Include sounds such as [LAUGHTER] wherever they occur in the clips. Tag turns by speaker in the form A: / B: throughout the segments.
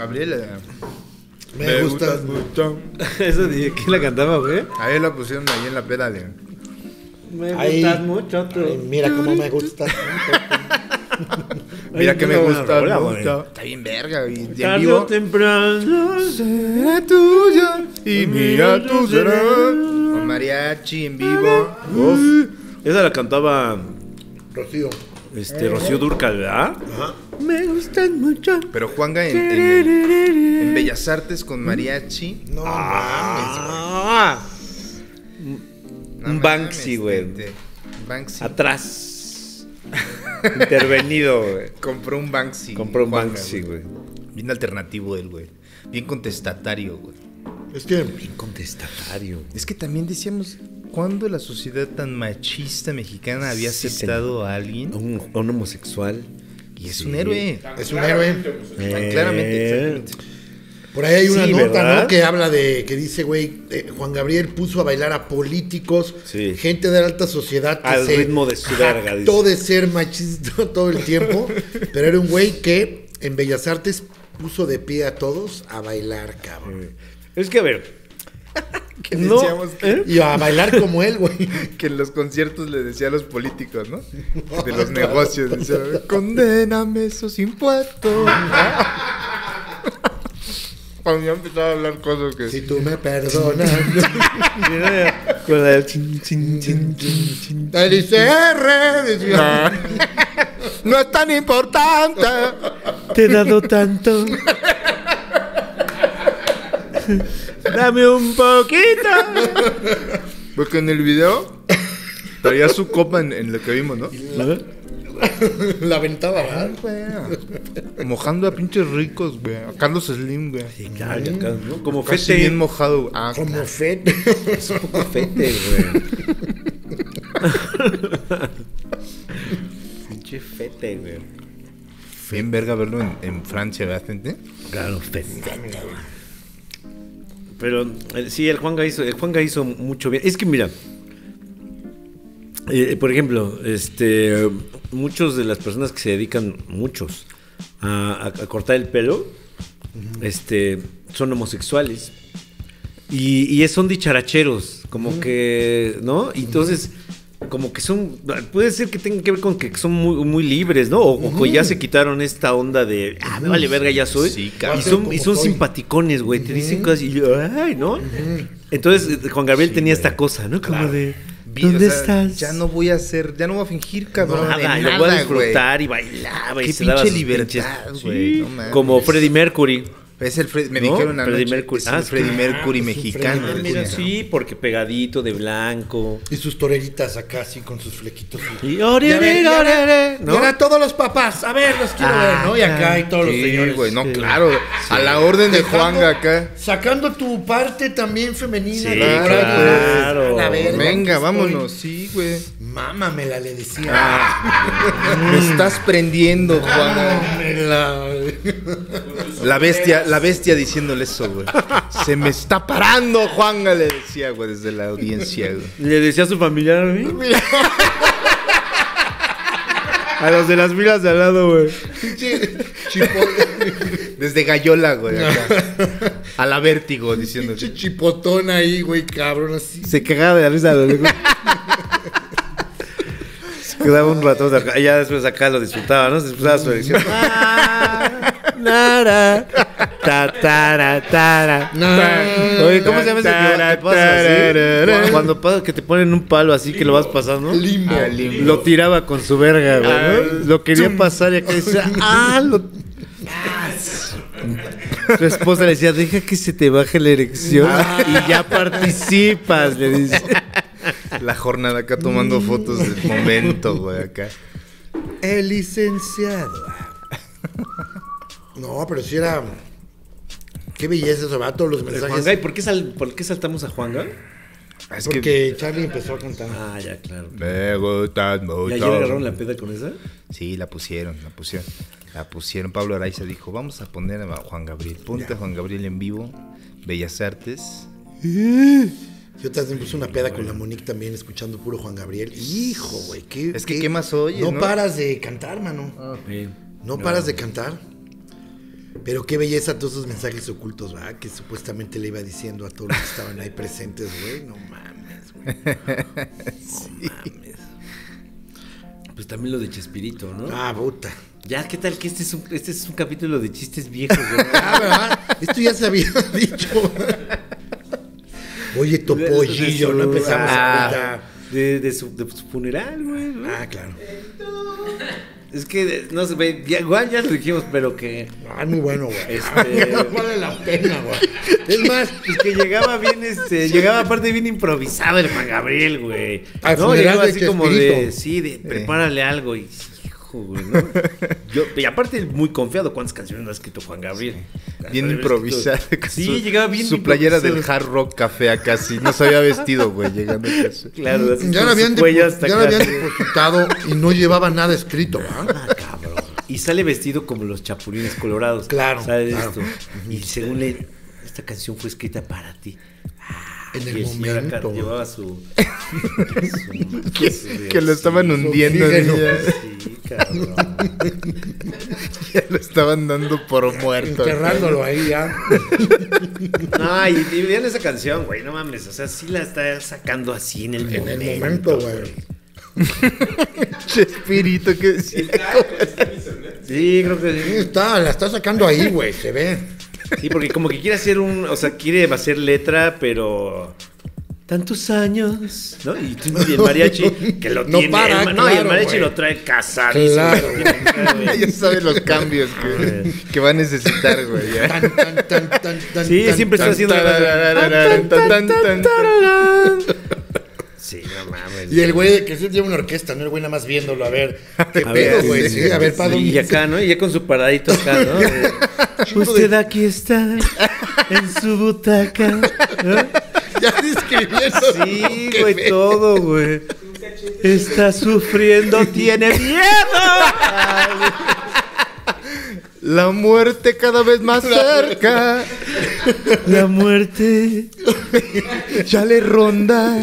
A: Gabriela.
B: Me, gustas
A: mucho.
C: [LAUGHS] Eso dije, ¿quién la cantaba, güey?
A: Ahí la pusieron ahí en la eh. peda de.
C: Me
B: Ahí.
C: gustas mucho tú.
B: Ay, mira cómo me gustas.
A: Mira que me
C: buena
A: gusta
C: rola,
A: mucho.
C: güey.
A: Está bien verga. Y de en
C: Tarde o
A: vivo.
C: temprano.
A: Seré tuya y mira tú serás. Con mariachi en vivo.
C: Uf. Esa la cantaba
B: Rocío.
C: este, Rocío Durcal, ¿verdad? Me gustan mucho.
A: Pero Juanga en, en- en Bellas Artes con mariachi.
B: No,
C: Ah,
A: No
C: un
A: mames,
C: Banksy, güey.
A: este, Banksy.
C: Atrás. Intervenido, güey.
A: Compró un Banksy.
C: Compró un
A: Juanga,
C: Banksy, güey.
A: Bien alternativo él, güey. Bien contestatario, güey.
B: mames. es que
C: Contestatario.
A: Es que también decíamos, ¿cuándo la sociedad tan machista mexicana había
C: Sí,
A: aceptado a alguien?
C: Un, a un homosexual.
A: Y es
C: Sí.
A: un héroe.
B: es un héroe.
C: Eh,
A: Claramente, exactamente.
B: Por ahí hay una
C: Sí,
B: nota,
C: ¿verdad?
B: ¿no? Que habla de, que dice, güey, eh, Juan Gabriel puso a bailar a políticos,
C: Sí.
B: gente de la alta sociedad que
C: Al ritmo de su verga, dice.
B: jactó de ser machista [LAUGHS] todo el tiempo, pero era un güey que en Bellas Artes puso de pie a todos a bailar, cabrón.
C: Es que a ver. no,
A: decíamos que-
C: ¿eh?
B: Y a bailar como él,
C: [LAUGHS]
B: güey.
A: Que en los conciertos le decía a los políticos, ¿no? De los negocios. Decía, Condéname esos [LAUGHS] impuestos. Cuando ya empezaba a hablar cosas que...
B: Si tú me perdonas. [LAUGHS]
C: Mira, Con la del chin, chin, chin, chin, chin.
B: Ahí dice R.
A: "No,
B: decía.
A: Ah. [LAUGHS] no es tan importante.
C: Te he dado tanto. Dame un poquito.
A: Porque en el video traía su copa en, en lo que vimos, ¿no?
B: La aventaba, ¿verdad?
A: Mojando a pinches ricos, güey. A Carlos Slim, güey.
C: Sí, claro, ya acá, ¿no? Como
A: Casi
C: fete.
A: bien mojado. güey. Ah,
B: Como Fed.
C: Es un poco fete, [LAUGHS] güey. Pinche fete, güey.
A: bien verga verlo en, en Francia, ¿verdad, gente?
C: Claro, perfecto. Pero eh, sí, el Juanga hizo, el Juanga hizo mucho bien. Es que mira, eh, por ejemplo, este, muchos de las personas que se dedican, muchos, a, a- a cortar el pelo, este, son homosexuales. Y, y son dicharacheros, como que, ¿no? Y entonces, como que son, puede ser que tenga que ver con que son muy, muy libres, ¿no? O, o que ya se quitaron esta onda de, ah, me vale verga, ya soy.
A: Sí,
C: y
A: cabrón.
C: son, y
B: Como
C: son
B: soy.
C: simpaticones, güey, te dicen cosas y yo, ay, ¿no? Entonces, eh, Juan Gabriel tenía esta cosa, ¿no? Como de,
A: Bien,
C: ¿dónde
A: o sea,
C: estás?
A: Ya no voy a hacer, ya no voy a fingir, cabrón.
C: nada,
A: de
C: y lo voy a
A: nada, güey.
C: disfrutar y bailaba y
A: Qué
C: se daba
A: pinche
C: sus
A: libertad,
C: pinches-
A: güey,
C: Sí,
A: no mames.
C: como Freddie Mercury.
A: Es el Fred, me
C: ¿No?
A: dijeron anoche,
C: Freddie Mercury.
A: Es el
C: Ah,
A: Freddie
C: claro,
A: Mercury
B: es un
A: mexicano.
B: Freddie
A: el
B: Mercury,
C: Ah, Mira,
A: güey.
C: sí, porque pegadito de blanco.
B: Y sus toreritas acá, así, con sus flequitos.
C: Y
B: Y a ver, y ahora-
C: ¿no?
B: y ahora todos los papás, a ver, los quiero
C: Ah,
B: ver, ¿no? Y acá hay todos los
A: Sí,
B: señores.
A: güey, no, claro. A la orden de
B: Dejando-
A: Juanga acá.
B: Sacando tu parte también femenina.
C: Sí,
B: que ahora,
C: claro.
B: güey, a la verga, aquí
A: Venga,
B: estoy.
A: vámonos. Ah. Sí, güey.
B: Mámamela, le decía.
C: Mm.
A: Me estás prendiendo,
C: Ah,
A: Juanga.
B: Mámamela.
A: La bestia, la bestia diciéndole eso, güey. Se me está parando, Juanga, le decía, güey, desde la audiencia, güey.
C: Le decía a su familiar,
A: [LAUGHS]
C: güey. A los de las vigas de al lado, güey.
A: Desde Gallola, güey. acá. A la vértigo, diciendo.
B: Pinche chipotón ahí, güey, cabrón, así.
C: Se cagaba de la risa. [LAUGHS] lo loco. Se quedaba un ratón de acá. Ya después acá lo disfrutaba, ¿no? Se disfrutaba su [LAUGHS] elección. Nara. Ah, Ta, tara, tara.
B: Nah.
C: Oye, ¿cómo se llama ese que- que pasa así? Cuando pasa que te ponen un palo así que lo vas pasando.
B: Limbo.
A: Ah, limbo.
C: Lo tiraba con su verga, güey.
A: Ah,
C: ¿no? Lo quería pasar y acá decía, ah, lo... Su esposa le decía, deja que se te baje la erección y ya participas, le dice.
A: La jornada acá tomando fotos del momento, güey, acá.
B: El licenciado. No, pero si era. Qué belleza eso, va todos los
C: Juanga, ¿y
B: mensajes.
C: por qué, sal- por qué saltamos a Juanga?
A: Es que
B: Porque Charlie empezó a cantar.
C: Ah, ya, claro.
A: me gustan
C: ¿Y ayer agarraron
A: mucho.
C: la peda con esa?
A: Sí, la pusieron, la pusieron. La pusieron. Pablo Araiza dijo, vamos a poner a Juan Gabriel. Ponte a Juan Gabriel en vivo. Bellas Artes.
B: Yo también puse una peda con la Monique también escuchando puro Juan Gabriel. Hijo, güey, qué.
A: Es que qué más oyes,
B: No,
A: ¿no?
C: Ah,
B: paras de cantar, mano. No paras de cantar. Pero qué belleza todos esos mensajes ocultos, ¿verdad? Que supuestamente le iba diciendo a todos los que estaban ahí presentes, güey. No mames, güey. No mames.
C: Pues también lo de Chespirito, ¿no?
B: Ah, puta.
C: Ya, ¿qué tal que este es un, este es un capítulo de chistes viejos, [LAUGHS] güey?
B: Ah, ¿verdad? Esto ya se había [LAUGHS] dicho. Oye, topollillo, no empezamos a
C: Ah,
B: contar.
C: de, de su, de su funeral, güey. ¿no?
B: Ah, claro.
C: Es que, eh, no sé, güey, ya- igual ya lo dijimos, pero que...
B: Ah, muy bueno, güey.
C: Este-
B: No vale la pena, güey. Es más,
C: Pues que llegaba bien, este, llegaba aparte bien improvisado el Juan Gabriel, güey.
B: Al
C: no,
B: funeral
C: llegaba
B: de
C: así como de,
B: Chespirito.
C: sí, de, prepárale algo y, hijo, güey, ¿no?
B: [LAUGHS]
C: Yo, y aparte muy confiado, ¿cuántas canciones no ha escrito Juan Gabriel?
A: Bien
C: Haber
A: improvisada.
C: escrito-
A: con
C: Sí,
A: su-
C: llegaba bien
A: Su playera del
C: improvisado.
A: hard rock café acá, sí. No se había vestido, güey, llegando a casa.
C: Claro, así
B: Mm, ya lo
C: con su
B: habían,
C: cuello
B: depo-
C: hasta
B: ya lo
C: acá.
B: habían depositado y no llevaba nada escrito,
C: [LAUGHS]
B: ¿verdad?
C: Ah, cabrón. Y sale vestido como los chapulines colorados.
B: Claro,
C: Sale
B: claro.
C: esto. Y según le, esta canción fue escrita para ti. Ah,
B: En
C: y
B: el
C: señor acá
B: momento. [LAUGHS]
C: Llevaba su. su- su-
A: Que lo estaban
C: sí,
A: hundiendo,
B: oxígeno.
A: ya,
C: Sí, cabrón.
A: ya lo estaban dando por muerto.
B: Enterrándolo ahí ya.
C: No, y, y vean esa canción, güey, no mames. O sea, sí la está sacando así en el
B: En
C: momento.
B: el momento, güey.
A: Chespirito que decía.
C: Sí, creo que
B: Sí,
C: sí.
B: Está, la está sacando ahí, güey, se ve.
C: Sí, porque como que quiere hacer un. O sea, quiere hacer letra, pero. Tantos años, ¿no? Y, tú- y el mariachi que
B: [LAUGHS]
C: lo
B: No
C: tiene.
B: para,
C: el ma- no, y el
B: claro,
C: mariachi
B: güey.
C: lo trae casadísimo.
B: Claro,
C: lo tiene acá, güey.
A: Ya sabe los cambios que, que va a necesitar, güey. ya.
B: Tan, tan, tan, tan, tan,
C: Sí,
B: tan,
C: siempre está
B: tan,
C: haciendo.
B: tan.
A: Tan, tan, tan, tan,
C: tararán. Sí, no mames.
B: [LAUGHS] Y el güey que sí lleva una orquesta, ¿no? El güey nada más viéndolo, a ver. ¿Qué
C: A
B: pedo,
C: ver,
B: güey?
C: sí,
B: Sí, a ver, ¿para
C: Y
B: dónde?
C: acá, ¿no? Y ya con su paradito acá, ¿no? Eh, Usted aquí está, en su butaca.
B: [LAUGHS]
C: ¿no?
B: [LAUGHS] Ya describiendo.
C: Sí, güey, todo, güey. Está sufriendo, tiene miedo.
A: La muerte cada vez más cerca.
C: La muerte.
A: Ya le ronda.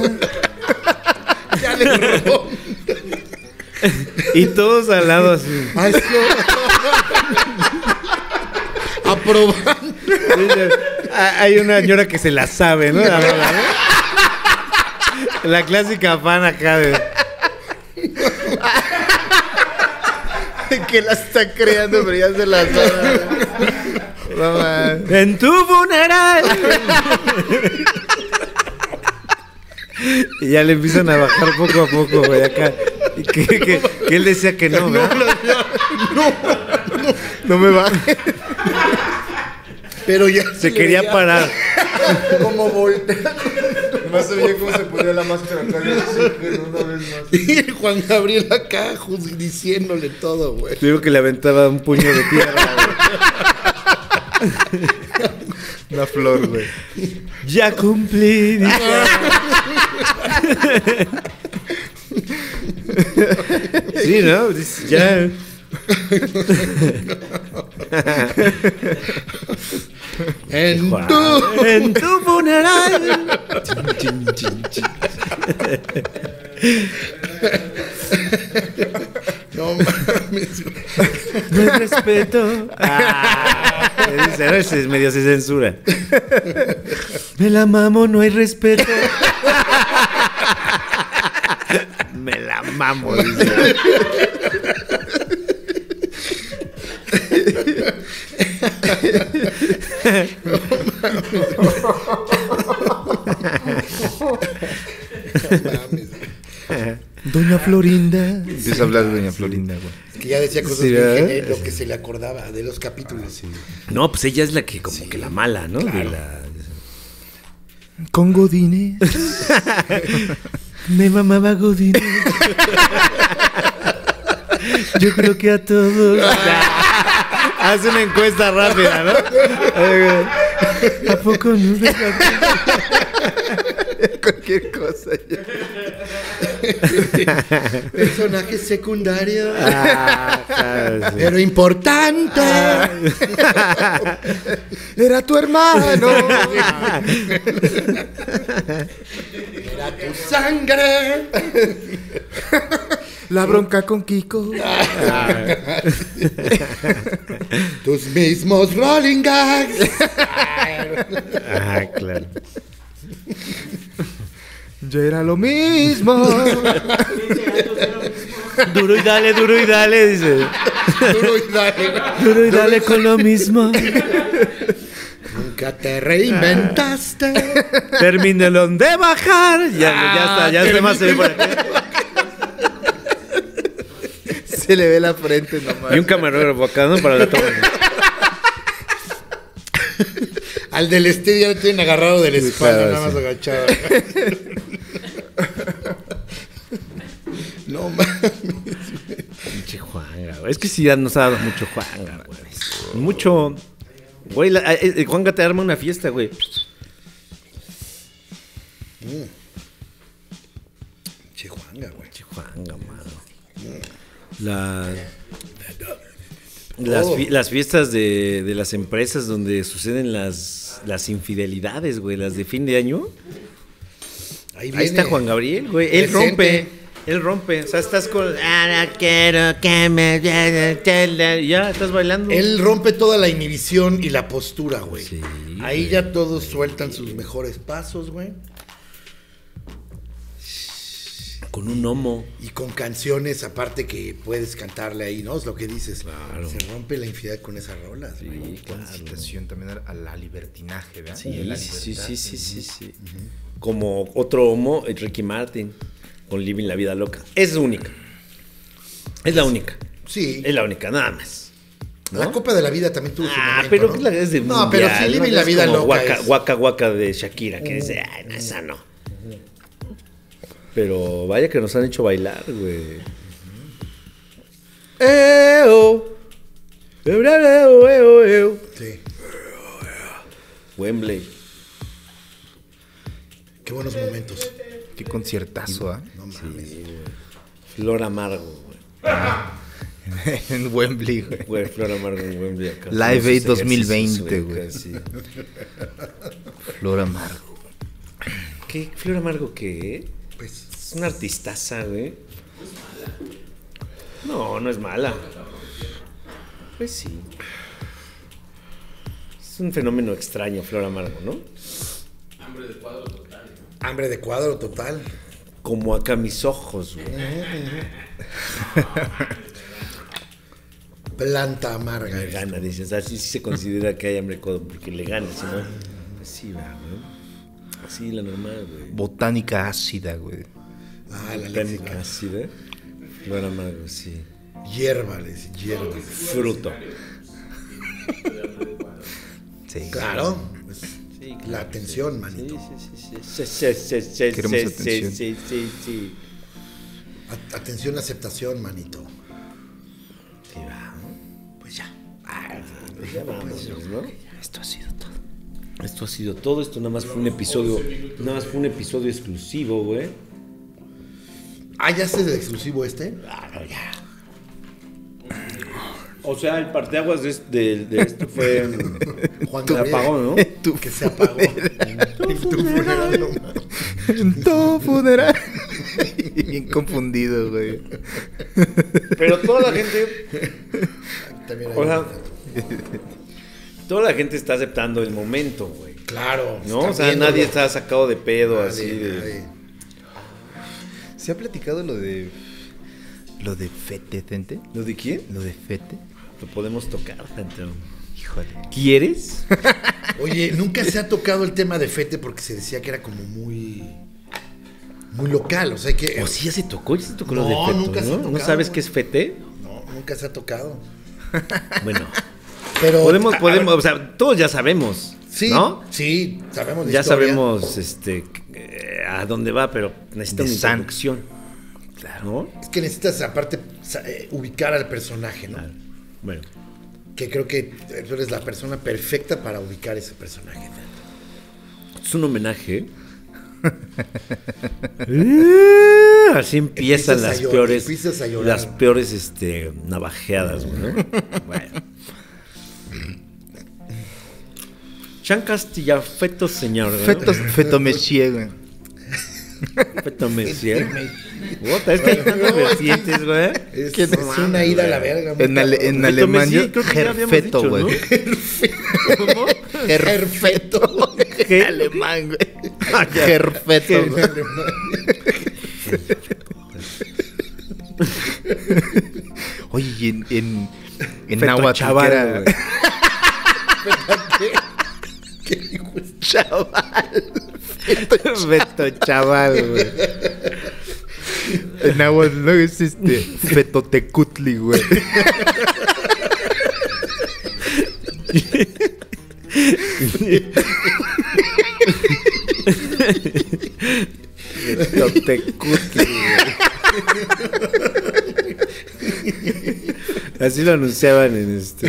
B: Ya le robó.
C: Y todos al lado así.
B: Ay, no. [LAUGHS] Aprobando.
C: Ah, Hay una señora que se la sabe, ¿no? La, rola, ¿no? La clásica fan acá de.
A: Que la está creando, pero ya se la sabe. No mames.
C: En tu funeral. y ya le empiezan a bajar poco a poco, güey, acá. Y que, que- que él decía que no, ¿verdad?
A: No me bajes.
B: Pero ya
C: Se quería parar.
B: Como voltea.
A: Más sabía cómo se ponía la máscara acá.
B: Y el Juan Gabriel acá juz- diciéndole todo, güey.
C: Digo que le aventaba un puño de tierra. güey.
A: Una flor, güey.
C: Ya cumplí. dijo. sí, ¿no? Dice, Ya.
B: En
C: Juan,
B: tu-
C: En tu funeral.
B: No mames, güey.
C: No hay respeto. Ah, ese, no, ese es medio se censura. Me la mamo, no hay respeto. Me la mamo, dice.
B: mames, güey.
C: Doña Florinda.
A: Empieza a hablar doña Florinda, güey.
B: Que ya decía cosas
C: Sí,
B: bien
C: ¿verdad?
B: gené- lo que se le acordaba de los capítulos.
C: No, pues ella es la que, como que la mala, ¿no? De la-
A: Con Godine.
C: Me mamaba Godín. Yo creo que a todos. [LAUGHS] Haz una encuesta rápida, ¿no? ¿A poco no?
A: Cualquier cosa. ya.
B: Personaje secundario.
C: Ah, claro, sí.
B: Pero [LAUGHS] importante.
A: Era tu hermano.
B: Era tu sangre.
A: La bronca con Kiko.
B: Tus mismos rolling gags.
A: Ah, claro. Yo era lo mismo.
C: Duro y dale, duro y dale, dice.
B: Duro y dale.
C: Duro y dale con lo mismo.
B: Nunca te reinventaste.
C: Termínelo de bajar. Ya, ya está, ya está más se ve por aquí.
A: [LAUGHS] Se le ve la frente nomás.
C: Y un camarógrafo acá, ¿no? Para la toma.
B: Al del este ya lo tienen agarrado de la espalda,
C: claro,
B: nada más
C: sí.
B: agachado. no mames.
C: Pinche Juanga, güey. Es que sí ya nos ha dado mucho Juanga, güey. Mucho. Güey, la- eh, eh, Juanga te arma una fiesta, güey.
B: Che, Juanga, güey.
C: Pinche Juanga, mano. La- Las,
B: Oh.
C: fi- las fiestas de, de las empresas donde suceden las, las infidelidades, güey, las de fin de año.
B: Ahí,
C: Ahí
B: viene.
C: está Juan Gabriel, güey. Él
B: Presente.
C: rompe. Él rompe. O sea, estás con. "Ah, no quiero que me- Ya, estás bailando.
B: Él rompe toda la inhibición y la postura, güey.
C: Sí,
B: Ahí ya todos sueltan sus mejores pasos, güey.
C: Con un homo.
B: Y con canciones, aparte que puedes cantarle ahí, ¿no? Es lo que dices. Se rompe la infidelidad con esas rolas, güey.
A: Incitación Ah, también a- a la libertinaje, ¿verdad?
C: Sí,
A: A la
C: sí, sí,
A: libertad.
C: sí, sí, sí, sí. Como otro homo, eh, Ricky Martin, con Living la Vida Loca. Es única. Es la única.
B: Sí.
C: Es la única, nada más.
B: La Copa de la Vida también tuvo su
C: Ah,
B: momento,
C: pero
B: ¿no?
C: la- es de
B: No,
C: mundial,
B: pero sí, Living
C: Es
B: la Vida
C: como
B: Loca
C: Waka,
B: es-
C: Waka Waka de Shakira, que dice, ay, no, esa no. Pero vaya que nos han hecho bailar, güey. Eo. Eo, eo, eo.
B: Sí.
C: Wembley.
B: Qué buenos momentos.
A: Qué conciertazo, ¿ah? [LAUGHS]
B: No mames.
C: Flor Amargo, güey.
A: en Wembley, güey.
C: Güey, Flor Amargo en Wembley acá.
A: Live
C: Haciendo
A: Aid
C: sus ejercicios,
A: 2020,
C: acá,
A: güey.
C: sí.
A: Flor Amargo.
C: ¿Qué? ¿Flor Amargo qué?
B: Pues,
C: Es una artistaza, güey. No, no es mala. Pues sí. Es un fenómeno extraño, Flor Amargo, ¿no?
B: hambre de cuadro total.
C: Como acá mis ojos, güey.
B: Planta amarga.
C: Le gana, dices. Así sí se considera que hay hambre de codo, porque le gana, si no. Pues sí, va, güey. Así la normal, güey.
A: Botánica ácida, [LAUGHS] güey.
B: Ah, la leche.
C: Botánica, así, ¿eh? Flor Amargo, sí.
B: Hierba, le dice, hierba.
C: Fruto.
A: Sí.
B: Claro. pues, La atención, manito.
C: Sí, sí, sí, sí, sí, sí,
A: Queremos
C: sí, sí,
A: atención.
C: sí, sí, sí.
B: A- atención, aceptación, manito.
C: Sí, va, ¿no?
B: Pues ya.
C: pues Ya vámonos, ¿no?
A: Esto ha sido todo.
C: Esto ha sido todo, esto nada más fue un episodio, nada más fue un episodio exclusivo, güey.
B: Ah, ya es el exclusivo este.
C: Ah, no, ya. O sea, el parteaguas de, es- de- de esto [LAUGHS] fue mm,
B: Juan
C: se
B: Gabriel.
C: apagó, ¿no?
B: Que se apagó. en tu funeral. no mames.
A: En todo funeral. [LAUGHS] Bien confundido, güey.
C: Pero toda la gente,
B: También hay
C: o sea,
B: una-
C: toda la gente está aceptando el momento, güey.
B: Claro.
C: ¿No?
B: están
C: O sea,
B: viéndolo.
C: nadie está sacado de pedo
B: Nadie,
C: así de
B: nadie.
A: ¿Se ha platicado lo de. lo de Fete, Tente?
C: ¿Lo de quién?
A: ¿Lo de Fete?
C: Lo podemos tocar, gente.
A: Híjole.
C: ¿Quieres?
B: Oye, nunca se ha tocado el tema de Fete porque se decía que era como muy. Muy local. O sea que.
C: O Oh, sí ya se tocó, ya se tocó lo
B: No,
C: de feto,
B: nunca se ha
C: ¿no? ¿No
B: tocado,
C: sabes
B: güey.
C: qué es fete?
B: No, nunca se ha tocado. [LAUGHS]
C: Bueno,
B: Pero.
C: podemos,
B: a- a
C: podemos, o sea, todos ya sabemos,
B: ver, Sí,
C: ¿no?
B: sí, sabemos la
C: Ya
B: historia.
C: sabemos este, eh, a dónde va, pero necesita
A: De
C: una
A: San.
C: introducción. Claro.
B: Es que necesitas, aparte, sa- eh, ubicar al personaje, ¿no?
C: Bueno,
B: Que creo que tú eres la persona perfecta para ubicar ese personaje.
C: es un
B: [LAUGHS]
C: homenaje. Eh, Así
B: Empiezas
C: empiezan
B: a
C: las
B: llorar, empiezas
C: peores,
B: a llorar.
C: las peores este, navajeadas, güey,
B: [LAUGHS]
C: ¿no? Bueno. Chan Castilla, feto señor. ¿eh? ¿no?
A: Feto, feto mechie, güey.
C: Puta, me siento. Puta, es que ya no me sientes, güey.
B: Es,
A: ¿Quién
B: es
A: es?
B: una ida a la verga. muy
A: En, ale-
B: cabrón.
A: en
C: Pito
A: Alemania,
C: Messi, creo que ya habíamos
A: perfecto,
C: dicho,
A: güey.
C: ¿Cómo?
A: Perfecto.
C: ¿Qué?
A: [LAUGHS] Alemán, güey.
C: Ah, ya.
A: Perfecto. güey. Oye, y en, en, en
C: Feto
A: agua
C: chaval, güey.
B: [LAUGHS] ¿Qué dijo
A: [LAUGHS]
B: este?
A: Chaval. Feto chaval, güey. En agua no existe. Feto tecutli, güey. Feto tecutli, güey.
C: Así lo anunciaban en este.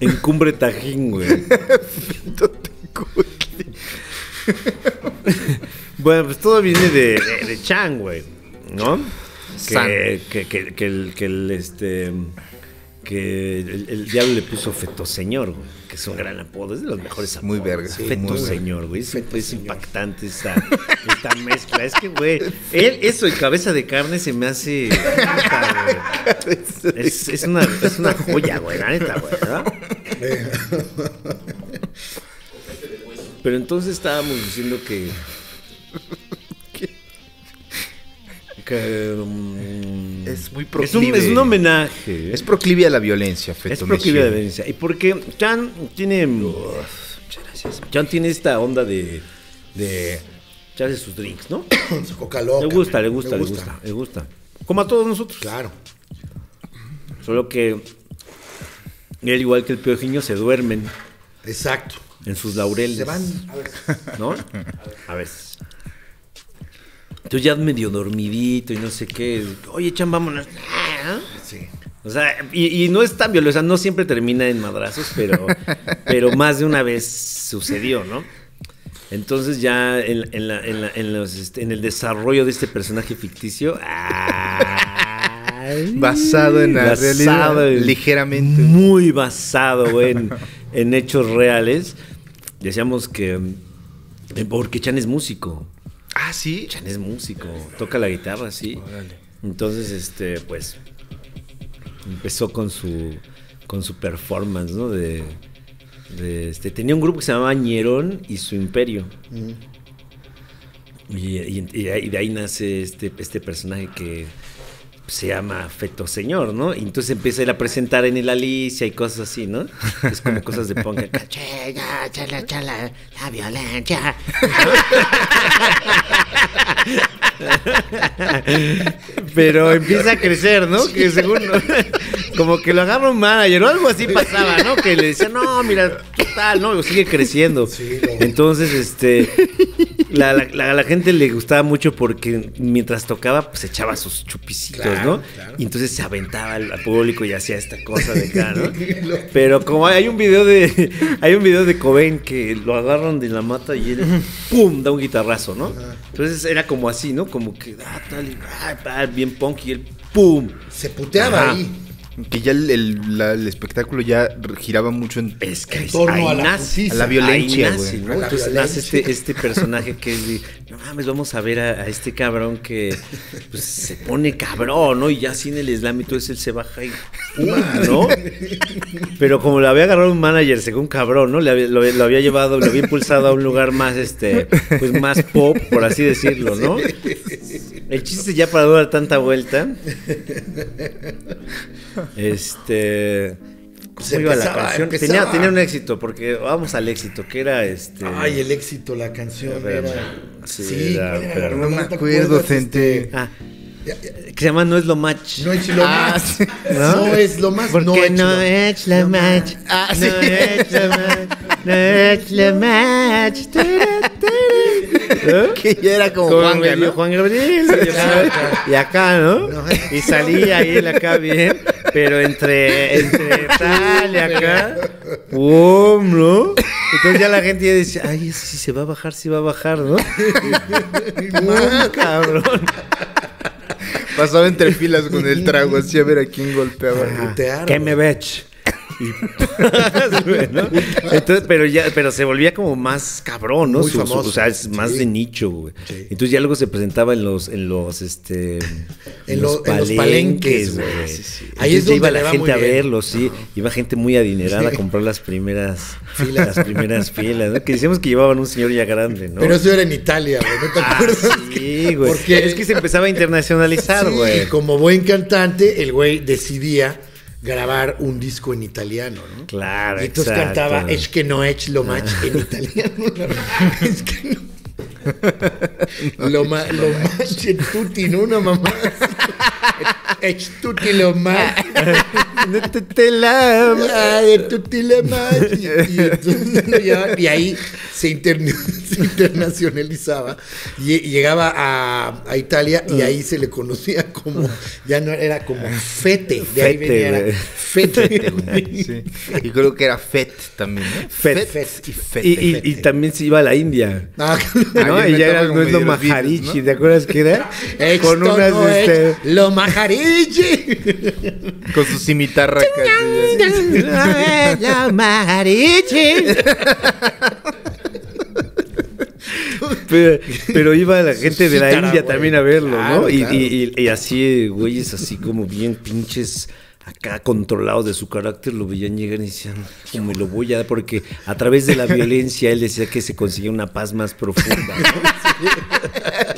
C: En Cumbre Tajín, güey.
A: Feto tecutli.
C: Bueno, pues todo viene de, de, de Chang, güey. ¿No?
A: San.
C: Que, que, que, que el, que el, este. Que el, el diablo le puso Feto Señor, güey. Que es un gran apodo, es de los mejores apodos.
A: Muy verga, sí, muy
C: Feto
A: verga.
C: Señor, güey. Es, es impactante esta, esta mezcla. Es que, güey,
A: [LAUGHS]
C: él, eso y cabeza de carne se me hace. puta, güey.
A: [LAUGHS]
C: Es, es una, es una joya, güey, la neta, güey, ¿verdad? Pero entonces estábamos diciendo que. [LAUGHS] que, mm,
A: Es muy
C: es un,
A: proclive.
C: es un homenaje.
A: Es proclive a la violencia, Feto
C: Es proclive de
A: Messi.
C: violencia. Y porque Chan tiene. um, Chan tiene esta onda de. de echarse sus drinks, ¿no?
B: Su coca loca.
C: Le gusta,
B: man.
C: le gusta, le gusta, le gusta. Como a todos nosotros.
B: Claro.
C: Solo que él, igual que el piojiño, se duermen
B: Exacto.
C: en sus laureles.
B: Se van. A ver.
C: ¿No? A veces. Entonces ya medio dormidito y no sé qué. Oye, chan, vámonos. Ah,
B: Sí.
C: O sea, y, y no es tan violento, o sea, no siempre termina en madrazos,
A: [LAUGHS]
C: pero, pero más de una vez sucedió, ¿no? Entonces ya en, en la- en la- en los, este, en el desarrollo de este personaje ficticio... ¡ay!
A: Basado en la realidad,
C: en-
A: ligeramente.
C: Muy basado güey, en, en hechos reales. Decíamos que... mm, Porque Chan es músico.
A: Ah, sí.
C: Chan es músico, toca la guitarra, sí. Entonces, este, pues, empezó con su, con su performance, ¿no? De, de, este, tenía un grupo que se llamaba Ñerón y su Imperio. Y, y- y de ahí- de ahí nace este, este personaje que se llama Feto Señor, ¿no? Y entonces empieza él a presentar en el Alicia y cosas así, ¿no? Es como cosas de punk.
D: [LAUGHS]
C: acá.
D: Chala, chala, chala, la violencia.
C: Pero empieza a crecer, ¿no? Que según. Como que lo agarra un manager o algo así pasaba, ¿no? Que le decía, no, mira, ¿qué tal? No, sigue creciendo.
B: Sí, lo-
C: Entonces, este. La, la- la- la gente le gustaba mucho porque mientras tocaba, pues echaba sus chupicitos,
B: Claro,
C: ¿no?
B: claro.
C: Y entonces se aventaba al, al público y hacía esta cosa de acá,
B: [LAUGHS]
C: ¿no? Pero como hay, hay un video de. [LAUGHS] Hay un video de Cobain que lo agarran de la mata
B: [LAUGHS]
C: y él ¡pum! da un guitarrazo, ¿no? Entonces era como así, ¿no? Como que ah, tal y ah, ah, bien punk y él ¡pum!
B: Se puteaba
C: Ajá.
B: ahí.
A: Que ya el, el- la- el espectáculo ya giraba mucho en...
C: Es que
B: En
C: ahí-
B: torno
C: ahí
B: a la
C: nace,
B: justicia.
A: A la violencia,
C: ahí nace,
A: güey.
C: ¿no?
B: A la
C: Entonces nace
B: violencia.
C: este, este personaje que es de, no mames, vamos a ver a, a este cabrón que pues, se pone cabrón, ¿no? Y ya sin el Islam y todo eso, él se baja y ¡pum! ¿no? Pero como lo había agarrado un manager, según cabrón, ¿no? Le había- lo, lo había llevado, lo había impulsado a un lugar más, este, pues más pop, por así decirlo, ¿no? El chiste ya para dar tanta vuelta. Este. ¿cómo
B: Se
C: iba la
B: empezaba,
C: canción?
B: empezaba.
C: Tenía, tenía un éxito, porque vamos al éxito, que era este.
B: Ay, el éxito, la canción
C: Era-
B: era.
C: sí,
B: Sí,
C: era-
B: ¿cuál era?
C: pero-
A: No me
B: te
A: acuerdo,
B: acuerdas,
A: gente.
B: este?
C: Ah,
B: Ya, ya,
C: que se llama No es lo match.
B: No es lo
A: Ah,
B: más.
A: sí.
B: ¿No? es lo más.
C: Porque
B: es
C: no
B: lo-
C: es la
B: no
C: match.
A: Ah, sí.
C: No es la match. No es
B: [LAUGHS]
C: la match. Tara, tara. ¿Eh?
A: Que [LAUGHS] ya era como
C: Como
A: Juanga,
C: medio
A: ¿no?
C: Juan Gabriel. y [LAUGHS] acá- Y acá, ¿no?
B: No.
C: Y salía ahí él acá bien. Pero entre, entre tal y acá. ¡Pum! ¿No? Entonces ya la gente ya dice, ay, eso sí se va a bajar, sí va a bajar, [LAUGHS] ¿no? ¡Pum, cabrón! [LAUGHS]
A: Pasaba entre filas con el trago así a ver a quién golpeaba.
B: Putear, [LAUGHS]
C: ¿Qué
B: güey.
C: me ves? Y ¿no? Entonces, pero ya, pero se volvía como más cabrón, ¿no?
B: Muy
C: Su- su-
B: famoso.
C: o sea, es más
B: Sí.
C: de nicho, güey.
B: Sí.
C: Entonces ya luego se presentaba en los, en los, este,
B: lo- en los palenques, güey.
C: güey.
B: Sí, sí. Ahí
C: Ahí
B: es
C: es donde
B: donde
C: iba
B: le
C: la
B: va
C: gente
B: muy
C: a
B: bien.
C: verlos, sí. Iba gente muy adinerada
B: Sí.
C: a comprar las primeras
B: Filas.
C: filas, las primeras filas, ¿no? Que decíamos que llevaban un señor ya grande, ¿no?
B: Pero eso era en Italia, güey, ¿no te
C: Ah,
B: acuerdas? [LAUGHS]
C: sí, güey.
B: Porque-
C: Es que se empezaba a internacionalizar,
B: Sí,
C: güey.
B: y como buen cantante, el güey decidía grabar un disco en italiano, ¿no?
C: Claro,
B: Y entonces
C: exacto. Ah.
B: cantaba
C: [LAUGHS]
B: Es que no es lo más en italiano. es que no. Lo, ma, lo más en tutti, ¿no? Una mamá.
C: [LAUGHS]
B: Es tutti lo más.
C: No te- te la-
B: Ah, [LAUGHS] de tutti lo más. Y, y entonces lo llevaban, [LAUGHS] y ahí se, interne- [LAUGHS] se internacionalizaba. Y, y llegaba a, a Italia
C: Ah.
B: y ahí se le conocía como. Ya no era como Fete. De ahí
C: Fete,
B: venía. era
C: güey.
B: Fete. güey. [LAUGHS]
A: Sí. Y creo que era FET también, ¿no?
C: Fet.
A: FET y FET.
C: Y, y- y también se iba a la India.
B: Ah,
C: ¿no?
A: Ahí
C: Y ya era,
A: inventaba como
C: no es lo
A: medio los Beatles,
C: majarichi,
A: ¿no?
C: ¿te acuerdas que era?
B: [LAUGHS] Esto
C: Con unas,
B: no es
C: este...
B: lo
C: [LAUGHS]
B: majarichi.
A: Con su cimitarra. acá, así, ya.
C: este, Pero, pero iba la gente de la
B: Cítara,
C: India
B: güey.
C: también a verlo,
B: Claro,
C: ¿no? Y,
B: claro.
C: y- y- y así, güeyes, así como bien pinches acá controlados de su carácter, lo veían llegar y decían, "Hijo, me lo voy a dar, porque a través de la violencia él decía que se conseguía una paz más profunda. ¿no?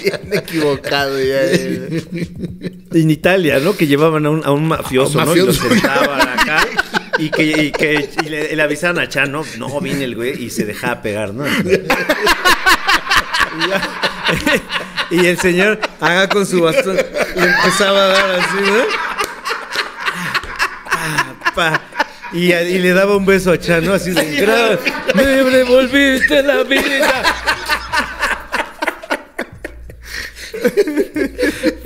A: Bien equivocado ya. eh.
C: En Italia, ¿no? Que llevaban a un, a un mafioso,
B: A un
C: ¿no? Y lo
B: mafioso.
C: sentaban
B: [LAUGHS]
C: acá. Y que, y que y le, le avisaban a Chan, no, no, viene el güey y se dejaba pegar,
B: [LAUGHS]
C: ¿no? [LAUGHS] Y el señor haga con su bastón y empezaba a dar así, ¿no? Pa, pa. Y, a- y le daba un beso a Chan, ¿no? Así de, "Gra- me revolviste la vida.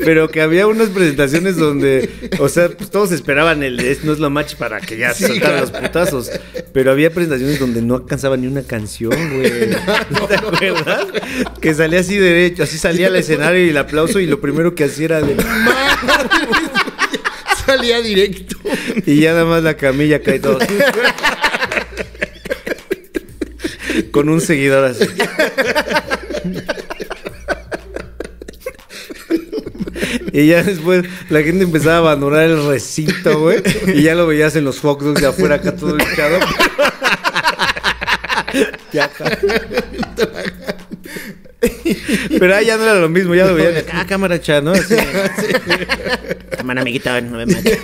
C: Pero que había unas presentaciones donde, o sea, pues todos esperaban el "Es- no es lo match para que ya saltaran los putazos. Pero había presentaciones donde no alcanzaba ni una canción, güey. ¿Te acuerdas? Que salía así derecho, así salía al escenario y el aplauso y lo primero que hacía era de...
B: Salía directo.
C: Y ya nada más la camilla cae todo. Con un seguidor así. Y ya después la gente empezaba a abandonar el recinto, güey. Y ya lo veías en los hot dogs de afuera acá todo hinchado. Ya acá. Pero ahí ya no era lo mismo, ya lo veían. Ah, cámara cha, ¿no? Así.
D: Hermana amiguita, no me mates.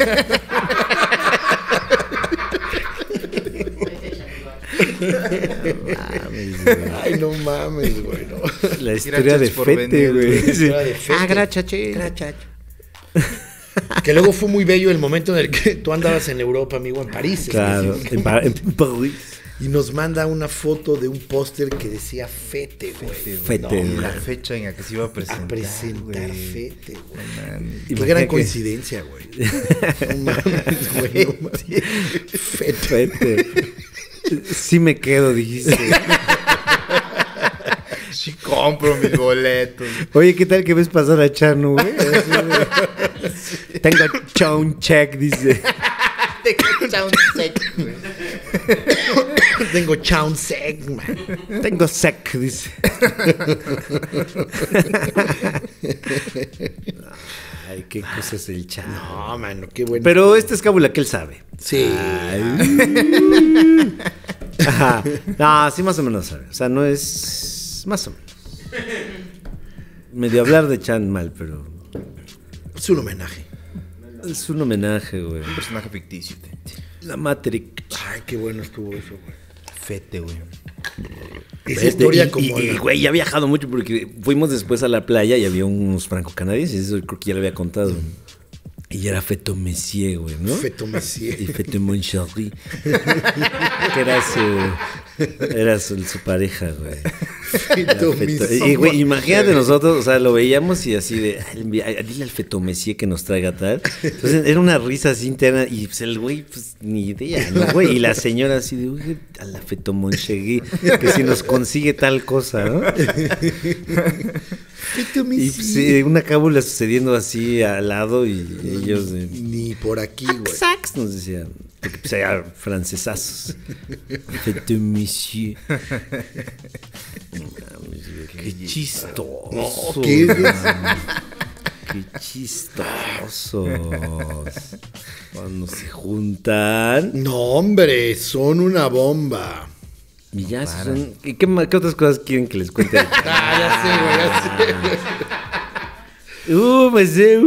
B: Ay, no mames, güey. no.
C: La historia de
A: Gracias por
C: Fete,
A: venir,
C: güey.
A: güey.
C: Sí.
B: Era de Fete.
D: Ah, gracias, che, gracias.
B: Que luego fue muy bello el momento en el que tú andabas en Europa, amigo, en París.
C: Claro,
B: específicamente.
C: en, Pa- en París.
B: Y nos manda una foto de un póster que decía Fete, güey.
C: Fete,
A: Y
C: güey.
A: la fecha en la que se iba a presentar.
B: A presentar
A: güey.
B: Fete, güey.
A: Man,
B: Qué
C: Imagina
B: gran
C: que-
B: coincidencia,
C: [LAUGHS]
B: güey. No mames, güey. no mames. Fete.
C: Fete. Sí me quedo, dijiste.
A: Sí compro mis boletos.
C: Oye, ¿qué tal que ves pasar a Chano, güey? Así de- Tengo chon check, dice.
B: Tengo Chown Seg, man.
C: Tengo sec, dice. Ay, qué cosa es el Chano.
B: Ah, No, mano, qué bueno.
C: Pero esta es cábula que él sabe.
B: Sí.
C: Ajá. No, sí, más o menos sabe. O sea, no es. Más o menos. Medio hablar de Chan mal, pero.
B: Es Ah, pues un homenaje.
C: Es un homenaje, güey.
A: Un personaje ficticio. Tete.
C: La Matrix.
B: Ay, qué bueno estuvo eso, güey.
A: Fete, güey.
B: Esa
C: Este,
B: historia
C: y-
B: como.
C: y- y,
B: la-
C: güey, ya ha viajado mucho porque fuimos después a la playa y había unos franco-canadienses, eso creo que ya lo había contado. Y era Feto Messier, güey, ¿no?
B: Feto Messier.
C: Y Feto Moncherry. [LAUGHS] que era su, era su, su pareja, güey. Era
B: Feto
C: Feto-
B: Messier.
C: y, güey, imagínate nosotros, o sea, lo veíamos y así de, "Ay, envi- ay, dile al Feto Messier que nos traiga tal. Entonces era una risa así interna y pues el güey, pues ni idea, ¿no, güey? Y la señora así de, "Oye, a la Feto Monchegui, que si nos consigue tal cosa, ¿no?
B: Feto
C: Y
B: Messier.
C: pues, sí, una cábula sucediendo así al lado y ellos de,
B: Ni por aquí, güey.
C: sax nos decían. Porque pues allá francesazos. Faites monsieur. No mames, güey, Qué chistoso.
B: ¿qué?
C: man. Qué chistosos. Cuando se juntan.
B: No, hombre, son una bomba.
C: Y ya se son- ¿Y qué, ma- qué otras cosas quieren que les cuente?
B: [LAUGHS] Ah, ya sé, güey, ya sé.
C: uh, pues eh, uh,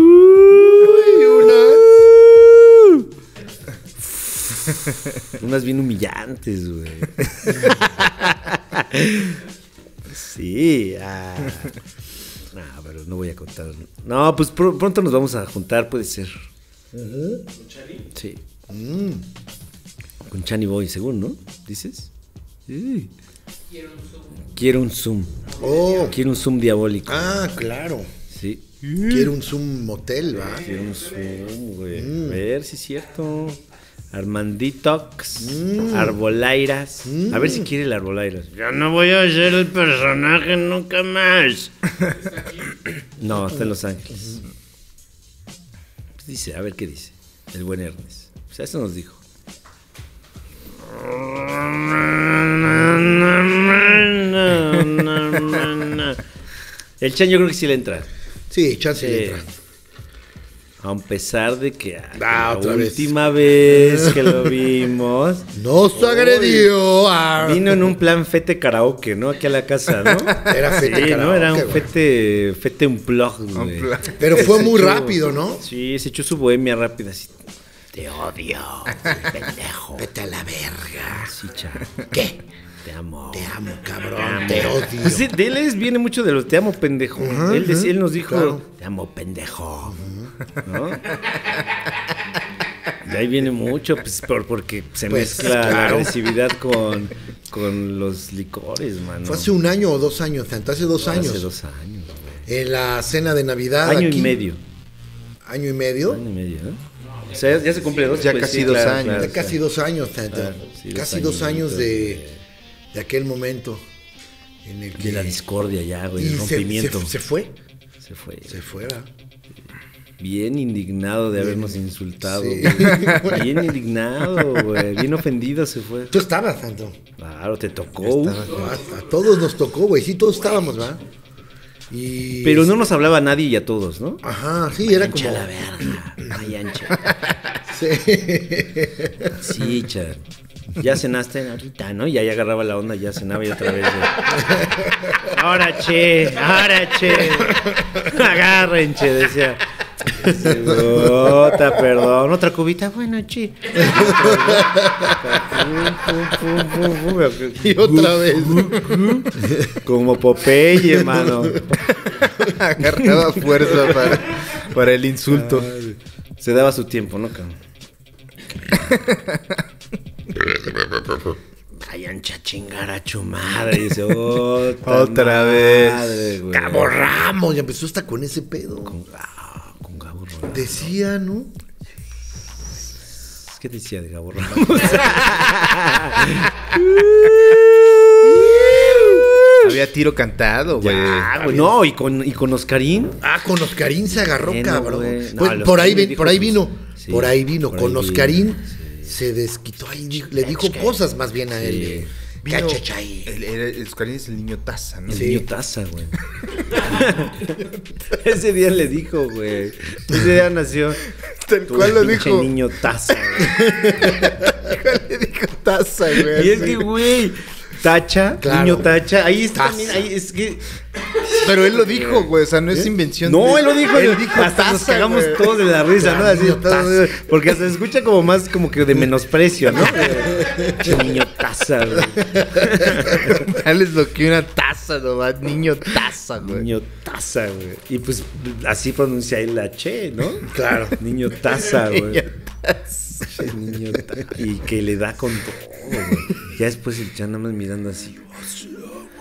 B: Uy, una-
C: Unas bien humillantes,
B: [LAUGHS]
C: güey. sí. Ah. No, pero no voy a contar. No, pues pr- pronto nos vamos a juntar, puede ser. ¿Con Chani? Sí. Con Chani Boy, según, ¿no? ¿Dices? Sí. Quiero un Zoom.
B: Oh,
C: Quiero un Zoom diabólico.
B: ah, claro.
C: Sí.
B: Quiero un Zoom motel, ¿va?
C: Quiero un Zoom, güey.
B: Mm.
C: A ver si es cierto. Armanditox,
B: Mm.
C: Arbolairas. A ver si quiere el Arbolairas. Yo no voy a ser el personaje nunca más.
B: Mm.
C: no, está en Los Ángeles. Pues dice, a ver qué dice. El buen Ernest. O sea, eso nos dijo. El Chan yo creo que sí le entra.
B: Sí, chance
C: Sí.
B: de entrar.
C: A pesar de que ay,
B: Ah,
C: la
B: otra vez.
C: última vez que lo vimos
B: Nos agredió. ah.
C: vino en un plan fete karaoke, ¿no? Aquí a la casa, [LAUGHS] ¿no?
B: Era fete
C: Sí, ¿no?
B: karaoke,
C: Era un
B: güey.
C: fete, fete un plug, güey.
A: plan.
B: Pero fue muy
C: Se echó-
B: rápido, ¿no?
C: Sí, se echó su bohemia rápida así. Te [LAUGHS] odio, pendejo.
B: Vete a la verga.
C: Sí, cha.
B: ¿Qué?
C: Te amo.
B: Te amo, cabrón. Te odio.
C: Pues de, de él es- viene mucho de los te amo, pendejo. él, decía- él nos dijo,
B: claro.
C: te amo, pendejo. ¿No? De ahí viene mucho, pues, por- porque se
B: Pues,
C: mezcla la
B: claro.
C: agresividad con, con los licores, mano.
B: Fue hace un año o dos años, Santo, hace dos
C: Hace
B: años.
C: dos años. güey.
B: En la cena de Navidad.
C: Año
B: aquí.
C: y medio.
B: Año y medio.
C: Año y medio, ¿eh? O sea, ya se cumple dos.
A: Ya
C: pues,
A: casi dos años.
B: Ya
A: Claro,
B: casi dos años, Santo.
C: Claro, Ah, sí, dos
B: casi dos
C: añitos
B: años de, de aquel momento en el que.
C: De la discordia ya, güey,
B: y
C: el
B: se- se,
C: rompimiento.
B: se, fue.
C: Se fue.
B: Se fue, ¿verdad?
C: Bien indignado de habernos insultado.
B: Sí. [LAUGHS]
C: güey. [LAUGHS] Bien indignado, güey. Bien ofendido se fue.
B: Tú estabas, Santo.
C: Claro, te tocó.
B: A, a todos nos tocó, güey. Sí, todos estábamos, ¿verdad? Y.
C: Pero no nos hablaba a nadie y a todos, ¿no?
B: Ajá, sí, era como.
C: Ancha la verga. Ay, ancha.
B: [LAUGHS] Sí.
C: Sí, cha. Ya cenaste ahorita, ¿no? Y ahí agarraba la onda, ya cenaba y otra vez. güey. Ahora, che, ahora, che. Agarren, che, decía. Otra, perdón. Otra cubita, bueno, che. Pum, pum, pum, pum, pum.
B: Y otra vez.
C: Como Popeye, mano.
A: Agarraba fuerza para, para el insulto.
C: Se daba su tiempo, ¿no, cabrón? Vayan a chingar a su madre. Dice, [LAUGHS] otra,
A: Otra
C: madre,
A: vez.
C: güey.
B: Cabo Ramos, ya empezó hasta con ese pedo.
C: Ah, con Gabo Ramos.
B: Decía, ¿no?
C: ¿Qué decía de Gabo [LAUGHS] Ramos?
A: Había tiro cantado, güey.
C: Ah, güey, no, y con, y con Oscarín.
B: Ah, con Oscarín se agarró,
C: Bueno,
B: cabrón.
C: güey. No,
B: Pues,
C: el
B: por, ahí,
C: Oscarín
B: vi-
C: dijo
B: por ahí
C: sus-
B: vino,
C: sí,
B: por ahí vino.
C: por
B: Con
C: ahí
B: Oscarín
C: vino,
B: se desquitó. ahí, di- le dijo cosas más bien a él.
A: Vino-
B: Cachachay.
A: el, el, el Oscarín es el niño taza, ¿no?
C: El
B: Sí.
C: niño taza, güey. [LAUGHS] Ese día le dijo, güey. Ese día nació.
A: Tal
C: tu
A: cual lo
C: pinche
A: dijo.
C: niño taza, güey.
A: [LAUGHS] Le dijo taza, güey.
C: Y es que, güey, Tacha,
B: Claro.
C: niño Tacha, ahí está
B: Taza.
C: también, ahí es que...
A: Pero él lo dijo, güey. O sea, no es invención.
C: ¿Eh? No,
A: de-
C: él lo
A: [LAUGHS]
C: dijo,
A: Él dijo
C: hasta nos
A: taza,
C: cagamos
A: güey.
C: todos de la risa, ¿no? Así,
B: Niño
C: todos, porque hasta se escucha como más, como que de
A: [LAUGHS]
C: menosprecio, ¿no? Che, niño Taza, güey.
A: [LAUGHS] Tal es lo que una taza, no va, niño taza, güey. [LAUGHS]
C: Niño Taza, güey. Y pues así pronuncia él la Che, ¿no?
B: Claro.
C: Niño Taza,
A: [LAUGHS]
C: güey. Che, Niño Taza. Y que le da con todo, güey. Ya después el chan nada más mirando así. oh,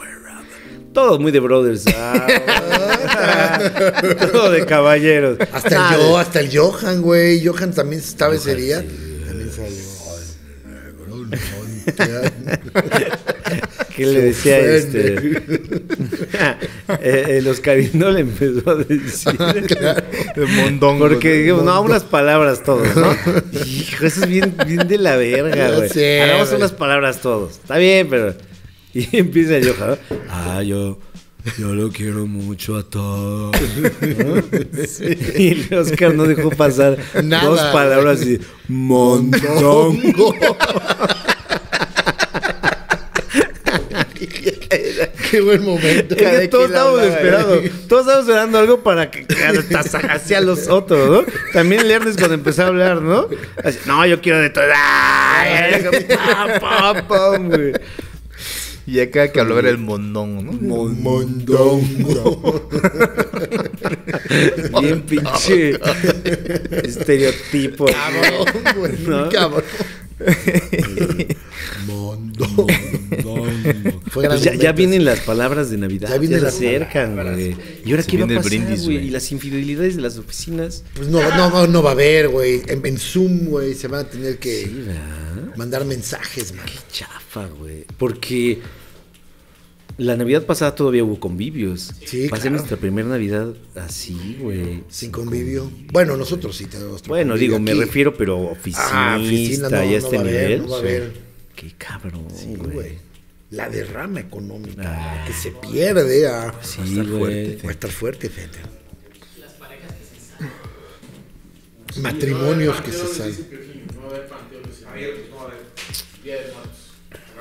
C: Todo muy de brothers. Ah, todo de caballeros.
B: Hasta el yo, hasta el Johan, güey. Johan también estaba ese día. También salió.
C: ¿Qué le decía este? [LAUGHS] Eh, el Oscarino le empezó a decir. [LAUGHS]
A: De mondongo.
B: Pues,
C: Porque
A: de
C: digamos, no,
A: mondongo.
C: unas palabras todos, ¿no?
B: [LAUGHS]
C: Hijo, eso es bien, bien de la verga,
B: Ya
C: güey.
B: sé,
C: Hagamos
B: güey.
C: unas palabras todos. Está bien, pero. [LAUGHS] Y empieza el Johan, ¿no? Ah, yo. Yo lo quiero mucho a todos. ¿no? [LAUGHS] Y el Oscar no dejó pasar
B: Nada,
C: dos
B: güey.
C: palabras y.
B: [LAUGHS]
C: Montón.
B: Qué buen momento.
C: Es que todos estábamos esperando,
B: desesperados. [LAUGHS]
C: todos estábamos esperando algo para que tasajase a los otros, ¿no? También el Ernest cuando empezó a hablar, ¿no? Así, no, yo quiero de todo. ¡Ay! Pam, pam, pam, güey.
A: Y acá que hablaba era el mondongo, ¿no?
B: Mondongo.
C: [LAUGHS] Bien pinche estereotipo.
B: Cabrón, güey.
C: ¿No?
B: Cabrón.
C: [LAUGHS]
B: Mondongo. Fue gran
C: Pues ya, ya
B: momento.
C: vienen las palabras de Navidad.
B: Ya
C: Ya,
B: vienen
C: se
B: las
C: acercan, güey. ¿Y ahora
A: Se
C: qué va a
A: viene el
C: pasar,
A: brindis,
C: güey?
A: güey.
C: Y las infidelidades de las oficinas.
B: Pues no, no, no, no va a haber, güey. En, en Zoom, güey, se van a tener que
C: Sí, ¿verdad?
B: mandar mensajes, man.
C: Chafa, güey. Porque la Navidad pasada todavía hubo convivios.
B: Sí,
C: Va a ser
B: claro.
C: nuestra primera Navidad así, güey.
B: Sin convivio. Bueno, nosotros sí tenemos. nuestro
C: Bueno, digo,
B: convivio
C: me
B: aquí.
C: refiero, pero oficinista
B: Ah, oficina, no,
C: y
B: no
C: este
B: va a haber,
C: nivel.
B: no va a
C: sí.
B: haber.
C: Qué cabrón,
B: Sí, güey.
C: güey.
B: La derrama económica la que se pierde a.
C: Sí, güey.
B: Va a estar fuerte, fíjate. Matrimonios que se salen.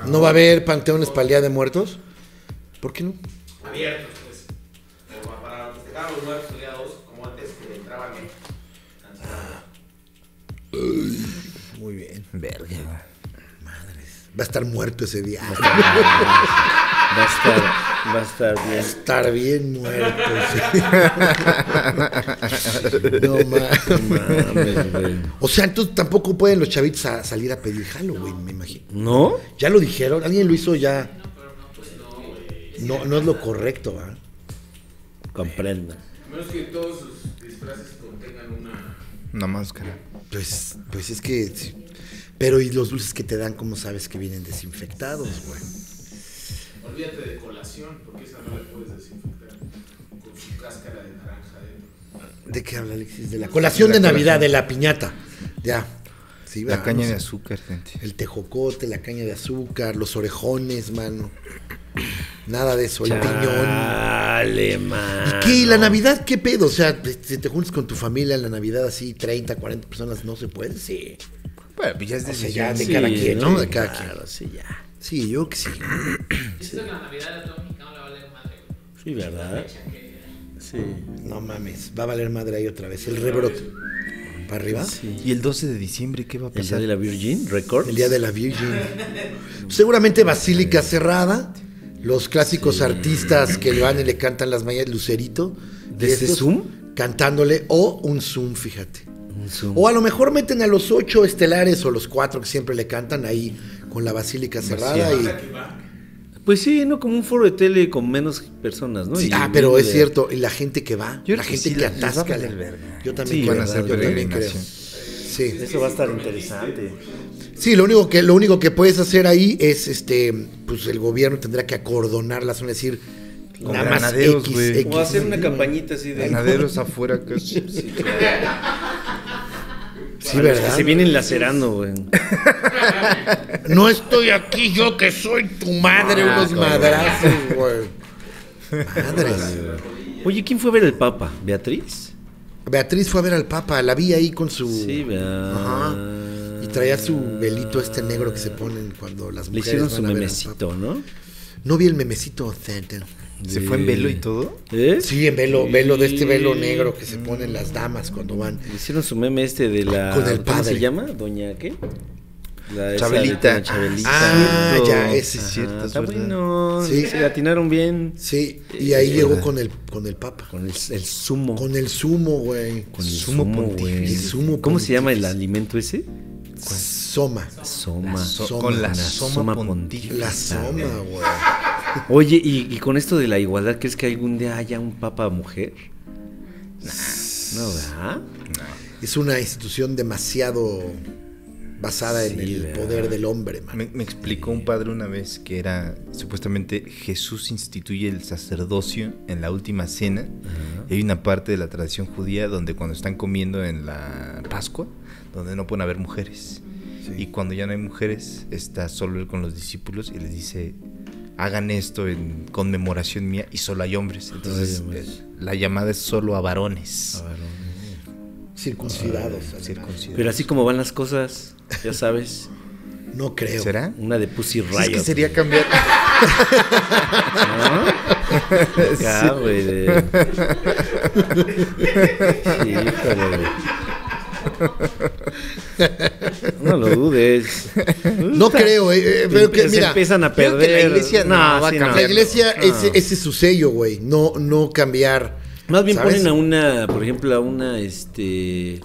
B: ¿No va a haber panteones para el Día de Muertos? ¿Por qué no?
E: abiertos, pues. Como para festejar a los nuevos estudiados, como antes que entraban en
B: Muy bien.
A: Verga.
B: Va a estar muerto ese día. Ah,
C: Va a estar, va a estar bien.
B: estar bien muerto. sí. [LAUGHS] no mames.
C: Mames, güey.
B: O sea, entonces tampoco pueden los chavitos a- salir a pedir Halloween, me imagino.
C: ¿No?
B: ¿Ya lo dijeron? ¿Alguien lo hizo ya? No, no es lo correcto, ¿va?
C: Comprendo.
A: Una máscara.
B: Pues, pues es que. sí. Pero y los dulces que te dan, ¿cómo sabes que vienen desinfectados, güey? Olvídate de colación, porque esa no la puedes desinfectar con su cáscara de naranja ¿De qué habla Alexis? De la colación de,
A: De la
B: Navidad, de la piñata. Ya. Sí,
A: La
B: va,
A: caña
B: no
A: de
B: sé.
A: azúcar, gente.
B: El tejocote, la caña de azúcar, los orejones, mano. Nada de eso, el piñón.
C: Chale, man.
B: ¿Qué? ¿Y la Navidad qué pedo? O sea, pues, si te juntas con tu familia en la Navidad así, 30, 40 personas, no se puede. Sí.
A: Bueno, pues ya es
B: O sea,
A: decisión.
B: ya de
C: Sí,
B: cada quien, ¿no? De cada quien.
C: Claro, sí, ya.
B: Sí, yo creo que sí.
C: Sí, ¿verdad? Sí.
B: No mames, va a valer madre ahí otra vez. El rebrote. ¿Para arriba?
A: ¿Y el 12 de diciembre qué va a
C: ¿El día
A: pasar?
C: de la Virgin Records?
B: El día de la Virgen. Seguramente Basílica cerrada. Los clásicos artistas que le van y le cantan las mañanas, Lucerito. y
C: ¿Desde
B: estos
C: Zoom?
B: Cantándole o un Zoom, fíjate.
C: Un Zoom.
B: O a lo mejor meten a los ocho estelares o los cuatro que siempre le cantan ahí con la Basílica cerrada. y-
C: Pues sí, ¿no? Como un foro de tele con menos personas, ¿no?
B: Sí,
C: Y-
B: ah, pero es
C: de-
B: cierto. Y la gente que va,
A: Yo creo
B: la
A: que
B: gente
A: sí,
B: que
A: la- les va a
B: atasca.
A: valer
B: la-
A: verga.
B: Yo también
C: Sí,
B: creo.
C: van a hacer
B: yo también creo.
A: peregrinación.
B: Sí.
C: Eso va a estar interesante.
B: Sí, lo único que lo único que puedes hacer ahí es este pues el gobierno tendrá que acordonar la zona, es decir,
A: Con
B: nada más
A: granaderos,
B: X,
A: güey.
B: X.
C: O hacer una campañita así de.
A: Ganaderos afuera, que es-
B: Sí, ¿verdad?
C: Se vienen lacerando, güey.
B: No estoy aquí yo que soy tu madre,
A: Ah,
B: unos madrazos, güey. Madres.
C: Oye, ¿quién fue a ver el Papa? ¿Beatriz?
B: Beatriz fue a ver al Papa, la vi ahí con su
C: Sí, ¿verdad?
B: Uh. Ajá. Y traía su velito este negro que se ponen cuando las
C: Le
B: mujeres
C: hicieron
B: van
C: su
B: a ver al
C: memecito, ¿no?
B: Papa. No vi el memecito. Santa.
A: ¿Se fue en velo y todo?
C: ¿Eh?
B: Sí, en velo, velo de este velo
C: Sí.
B: negro que se ponen las damas cuando van.
C: Le hicieron su meme este de la.
B: Con el
C: ¿Cómo se
B: padre.
C: llama? ¿Doña qué? La esa-
A: Chabelita.
C: la Chabelita.
B: Ah, ya, ese
A: Sí, es
C: Ajá,
A: cierto, es
C: Está
A: verdad.
C: bueno.
B: Sí.
C: Se latinaron bien.
B: Sí, y ahí llegó con el, con el Papa.
C: Con el, el zumo.
B: Con el sumo, güey.
C: Con el
A: Sumo
C: sumo,
A: pontificio.
C: güey.
B: El sumo
C: ¿Cómo se llama el
B: pontificio.
C: alimento ese?
B: Soma.
C: Soma.
A: So-
B: Soma,
A: con
B: la
A: la soma,
C: soma
A: pontífica.
B: La soma, güey.
C: Oye, y, y con esto de la igualdad, ¿crees que algún día haya un papa mujer? No, ¿verdad?
B: Es una institución demasiado basada en
C: Sí,
B: el
C: ¿verdad?
B: poder del hombre, man.
A: Me, me explicó un padre una vez que era supuestamente Jesús instituye el sacerdocio en la última cena. Y hay una parte de la tradición judía donde cuando están comiendo en la Pascua, donde no pueden haber mujeres. Y cuando ya no hay mujeres, está solo él con los discípulos y les dice, hagan esto en conmemoración mía y solo hay hombres. Entonces
C: Ay, hombres.
A: eh, la llamada es solo a varones.
B: Circuncidados.
C: Ah,
B: además.
A: Circuncidados.
C: Pero así como van las cosas, ya sabes,
B: No creo.
A: ¿Será?
C: una de Pussy Riot.
A: Es que sería cambiar.
C: Acá, güey, de- Híjole, güey. No lo dudes.
B: No creo, eh, eh, pero que,
C: Pues Se
B: mira,
C: empiezan a
A: creo que
C: perder.
A: la iglesia no va a
C: sí,
A: cambiar.
B: la iglesia,
C: No.
B: ese, ese es su sello, güey. No, no cambiar.
C: Más bien
B: ¿sabes?
C: ponen a una, por ejemplo, a una, este,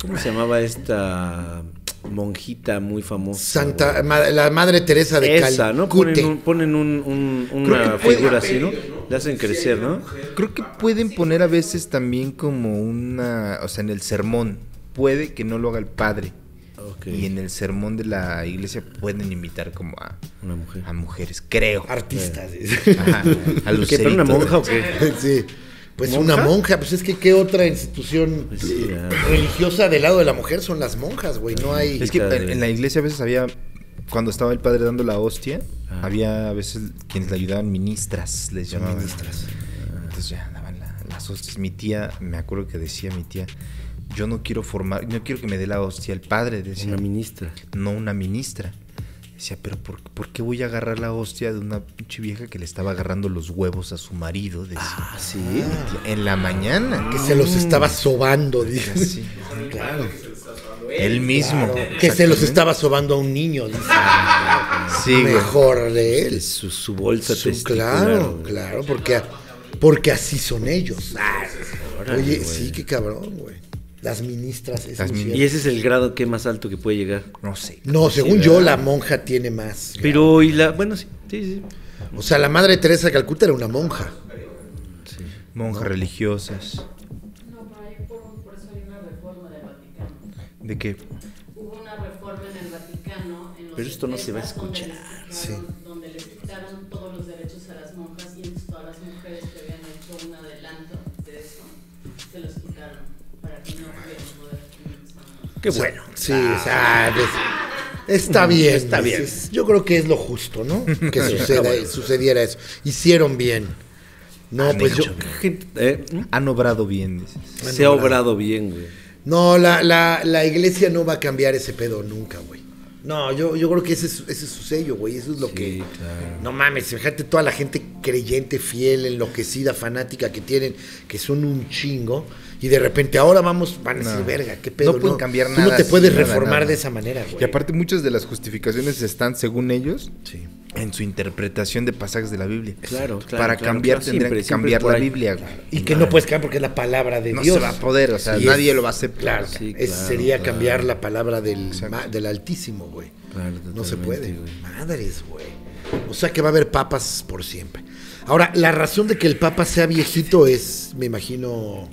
C: ¿cómo se llamaba esta monjita muy famosa?
B: Santa, ma- la madre Teresa de
C: Esa, ¿no?
B: Calcuta.
C: Ponen, un- ponen un- un- una
A: que fue-
C: figura así, ¿no? Le hacen crecer, ¿no?
A: Creo que pueden poner a veces también como una, o sea, en el sermón, puede que no lo haga el padre.
C: Ok.
A: Y en el sermón de la iglesia pueden invitar como a,
C: Una mujer.
A: a mujeres, creo.
B: Artistas.
C: Eh.
A: Ajá, a
C: [LAUGHS] ¿Qué,
A: Lucerito.
C: pero una monja o qué?
B: [LAUGHS] Sí. Pues una monja, pues es que qué otra institución
C: Pues sí,
B: eh,
C: ya.
B: religiosa del lado de la mujer son las monjas, güey. No hay.
A: Es que en, en la iglesia a veces había, cuando estaba el padre dando la hostia,
C: Ah.
A: había a veces quienes le ayudaban, ministras, les llamaban. Ministras. Entonces ya daban la- las hostias. Mi tía, me acuerdo que decía mi tía, yo no quiero formar, no quiero que me dé la hostia el padre, decía.
C: Una ministra.
A: no una ministra. Decía, pero por, por qué voy a agarrar la hostia de una pinche vieja que le estaba agarrando los huevos a su marido? Decía,
B: Ah,
C: sí.
A: en la mañana.
B: Que se los estaba sobando,
A: que
B: dices.
A: así.
B: Claro.
A: Él mismo.
B: Que se los
A: Exactamente.
B: estaba sobando a un niño, dices.
A: Sí, güey.
B: Mejor de él.
C: Su, su bolsa
B: Su-
C: testicular,
B: claro,
C: güey.
B: claro, porque, porque así son ellos. Ah, oye, sí, qué cabrón, güey. Las ministras. es
A: Las
B: muy
A: mini-
B: cierto.
C: Y ese es el grado que más alto que puede llegar.
A: No sé.
B: No, según yo, la monja tiene más.
C: Pero, y la. Bueno, sí, sí, sí.
B: O sea, la madre Teresa de Calcuta era una monja.
A: Monjas religiosas.
F: No, pero hay por, por eso hay una reforma del Vaticano.
A: ¿De qué?
F: Hubo una reforma en el Vaticano. En los
C: Pero esto no se va a
F: 70s, donde les
B: escuchar,
F: quitaron- Donde les quitaron todos los derechos a las monjas y entonces todas las mujeres que habían hecho un adelanto de eso se los quitaron para que no pudieran poder tener esa monja.
C: Qué bueno.
B: Sí, o sea, pues, está bien. Está bien. Yo creo que es lo justo, ¿no? Que suceda, sucediera eso. Hicieron bien. No,
A: Han
B: pues yo.
A: hecho bien.
C: Gente, eh,
A: Han obrado bien, dices.
C: Se ha obrado bien, güey.
B: No, la, la, la iglesia no va a cambiar ese pedo nunca, güey. No, yo, yo creo que ese es, ese es su sello, güey. Eso es lo que. No mames, fíjate toda la gente creyente, fiel, enloquecida, fanática que tienen, que son un chingo. Y de repente ahora vamos, van a decir,
A: No.
B: verga, qué pedo.
A: No pueden cambiar
B: Tú no
A: nada
B: te
A: así,
B: puedes
A: nada,
B: reformar
A: nada.
B: de esa manera, güey.
A: Y aparte muchas de las justificaciones están, según ellos,
B: Sí.
A: en su interpretación de pasajes de la Biblia.
C: Claro, claro,
A: Para
C: claro,
A: cambiar tendrían
C: claro, siempre,
A: que
C: siempre
A: cambiar
C: por
A: la
C: ahí.
A: Biblia. güey.
B: Y que no puedes cambiar porque es la palabra de
A: No
B: Dios.
A: se va a poder, o sea,
B: Sí,
A: nadie
B: es-
A: lo va a aceptar.
B: Claro,
C: Sí,
B: es-
C: claro,
B: sería
C: claro.
B: cambiar la palabra del, ma- del Altísimo, güey.
C: Claro,
B: no se
C: totalmente,
B: puede.
C: güey.
B: Madres, güey. O sea que va a haber papas por siempre. Ahora, la razón de que el papa sea viejito es, me imagino,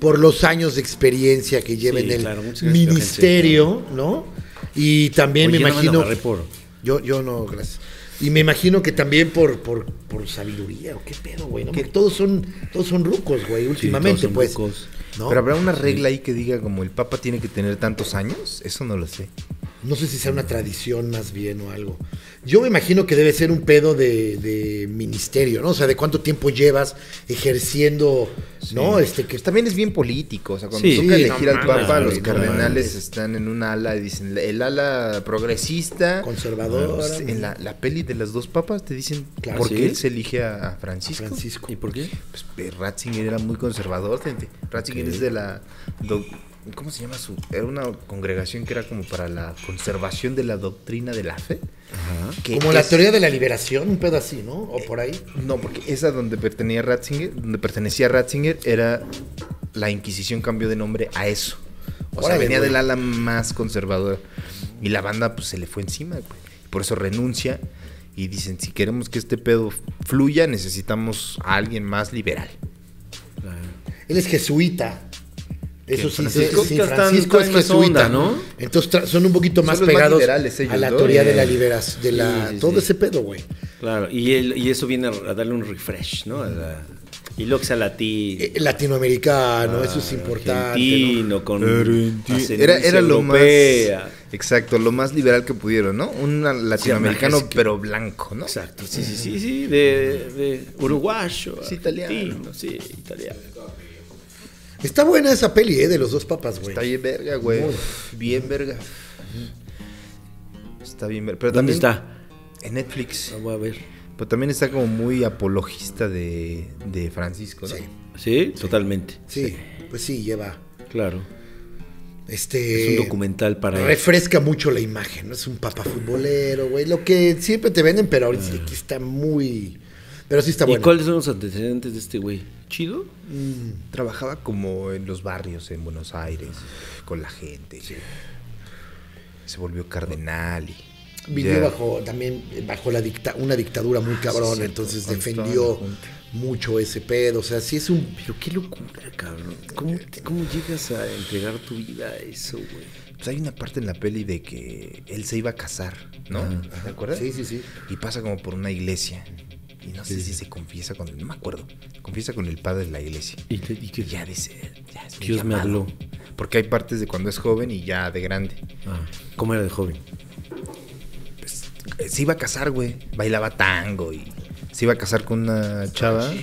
B: por los años de experiencia que lleva
C: Sí,
B: en el
C: claro, mucha experiencia.
B: ministerio, ¿no? Y también
C: Oye,
B: Eh, me
C: yo no me
B: imagino.
C: lo agarré por-
B: Yo, yo no, gracias. Y me imagino que también por, por, por sabiduría, o qué pedo, güey, ¿no? Porque todos son, todos son rucos, güey, últimamente,
C: son
B: pues.
C: rucos.
B: ¿no?
A: Pero habrá una regla ahí que diga como el Papa tiene que tener tantos años, eso no lo sé.
B: No sé si sea una tradición más bien o algo. Yo me imagino que debe ser un pedo de, de ministerio, ¿no? O sea, de cuánto tiempo llevas ejerciendo, ¿no? Este que
A: Pues también es bien político, o sea, cuando
C: Sí.
A: toca
B: Sí,
A: elegir al
B: no
A: Papa,
C: mames,
A: los
C: no
A: cardenales
B: mames.
A: están en un ala y dicen el ala progresista,
B: Conservadora.
A: Pues, En la, la peli de las dos papas te dicen
B: Claro,
A: por qué
C: sí.
A: él se elige a, a Francisco.
B: Francisco.
C: ¿Y por qué?
A: Pues, eh, Ratzinger era muy conservador, gente. Ratzinger es de la doc- ¿Cómo se llama su? Era una congregación que era como para la conservación de la doctrina de la fe. que
B: Como la
A: es-
B: teoría de la liberación, un pedo así, ¿no? O por ahí.
A: No, porque esa donde pertenecía Ratzinger, donde pertenecía Ratzinger era la Inquisición cambió de nombre a eso. O sea,
B: Órale,
A: venía
B: güey.
A: del ala más conservadora y la banda pues se le fue encima, güey. Por eso renuncia y dicen, si queremos que este pedo fluya,
C: Ah,
A: necesitamos a alguien más liberal.
B: Él es jesuita. Eso sí,
C: Francisco?
B: sí, sí,
C: Ya están-
B: Francisco es
C: traen más
B: jesuita,
C: onda,
B: ¿no?
C: ¿no?
B: Entonces tra- son un poquito más
A: los más
B: pegados
A: liberales ellos
B: a la
A: dos.
B: teoría de la
A: Sí.
B: liberación, de la,
C: Sí, sí,
B: todo
C: sí.
B: ese pedo, güey.
C: Claro, y, el- y eso viene a darle un refresh, ¿no? A la- y Lox a la ti.
B: Eh, latinoamericano, eso
C: Ah,
B: es importante. ¿no?
C: Argentino, con ascendencia
A: Era, era lo más.
C: europea.
A: Exacto, lo más liberal que pudieron, ¿no? Un latinoamericano,
C: Sí, es que-
A: pero blanco, ¿no?
C: Exacto, sí, sí, sí, sí, de, de uruguayo,
A: Sí, italiano.
C: argentino, sí, italiano.
B: Está buena esa peli, ¿eh? De los dos papas, güey.
A: Está bien verga, güey. Bien verga. Está bien verga. Pero
C: ¿Dónde
A: también
C: está?
A: En Netflix.
C: La voy a ver.
A: Pero también está como muy apologista de, de Francisco, ¿no?
B: Sí.
C: ¿Sí? Totalmente.
B: Sí, pues sí, lleva.
C: Claro.
B: Este.
C: Es un documental para.
B: Refresca mucho la imagen, ¿no? Es un papa futbolero, güey. Lo que siempre te venden, pero ahorita aquí está muy. Pero sí está
C: Ah. ¿Y
B: bueno.
C: cuáles son los antecedentes de este güey? ¿Chido?
A: Trabajaba como en los barrios en Buenos Aires, con la gente. Se volvió cardenal y.
B: Vivió
A: ya.
B: bajo también eh, bajo la dicta, una dictadura
C: Ah,
B: muy cabrón, entonces
A: cuando
B: defendió
A: estaban juntos.
B: mucho ese pedo. O sea, sí es un.
C: Pero qué locura, cabrón. ¿Cómo, te- cómo llegas a entregar tu vida a eso, güey?
A: Pues hay una parte en la peli de que él se iba a casar, ¿no? ¿Te acuerdas?
B: Ah. Sí, sí, sí.
C: ¿Eh?
A: Y pasa como por una iglesia. Y no sé si se confiesa con no me acuerdo. Confiesa con el padre de la iglesia.
C: Y, te- y que-
A: Y ya dice, ya es mi
C: Dios me
A: llamado.
C: habló.
A: Porque hay partes de cuando es joven y ya de grande.
C: Ah, ¿Cómo era de joven?
A: Pues, eh, se iba a casar, güey. Bailaba tango y se iba a casar con una chava.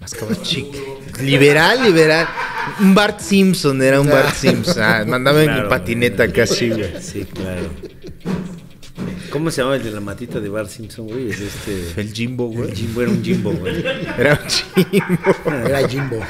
A: Más cabrón, chic. Liberal, liberal. Un Bart Simpson era un Bart Simpson. Ah, mandaba en
C: Claro.
A: patineta casi, güey.
C: Sí, claro. ¿Cómo se llamaba el de la matita de Bar Simpson, güey? Es este.
A: El Jimbo, güey.
C: El Jimbo era un Jimbo, güey.
A: Era un Jimbo.
B: [LAUGHS] Era Jimbo.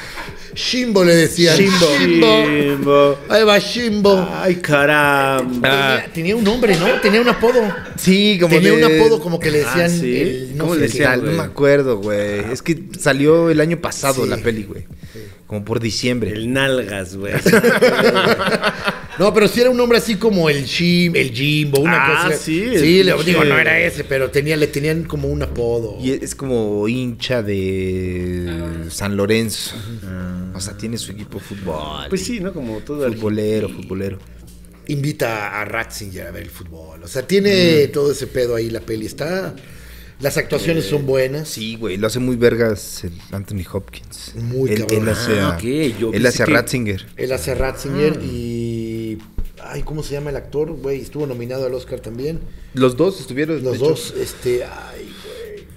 B: Jimbo le decían.
A: Jimbo.
C: Jimbo.
B: Ahí va Jimbo.
C: Ay, caramba.
B: Tenía, tenía un nombre, ¿no? Tenía un apodo.
A: Sí, como
B: tenía
A: de-
B: un apodo como que le
C: Ah,
B: decían.
C: ¿sí?
B: el- no
C: ¿Cómo
B: sé
C: le
B: qué.
C: decían?
A: Tal, no
C: güey.
A: me acuerdo, güey. Es que salió el año pasado
B: Sí.
A: la peli, güey. Como por diciembre.
C: El nalgas, güey.
B: No, pero sí era un nombre así como el Jim, el Jimbo, una
C: Ah,
B: cosa.
C: sí,
B: Sí,
C: el
B: le,
C: pinche-
B: digo, no era ese, pero tenía, le tenían como un apodo.
A: Y es como hincha
C: Ah.
A: de San Lorenzo. O sea, tiene su equipo de fútbol.
C: Pues sí, ¿no? Como todo
A: Futbolero, futbolero.
B: invita a Ratzinger a ver el fútbol. O sea,
C: Mm.
B: tiene todo ese pedo ahí la peli. Está. Las actuaciones son buenas.
A: Sí, güey. Lo hace muy vergas el Anthony Hopkins.
B: Muy
A: él,
B: cabrón.
A: Él hace a,
C: Ah, ok, yo
A: él
C: pensé
A: hace a
C: que-
A: Ratzinger.
B: Él hace a Ratzinger
C: Mm.
B: y. Ay, ¿cómo se llama el actor? Güey, estuvo nominado al Oscar también.
A: Los dos estuvieron. de
B: Los
A: hecho,
B: dos, este. Ay, güey.
C: ¿Ya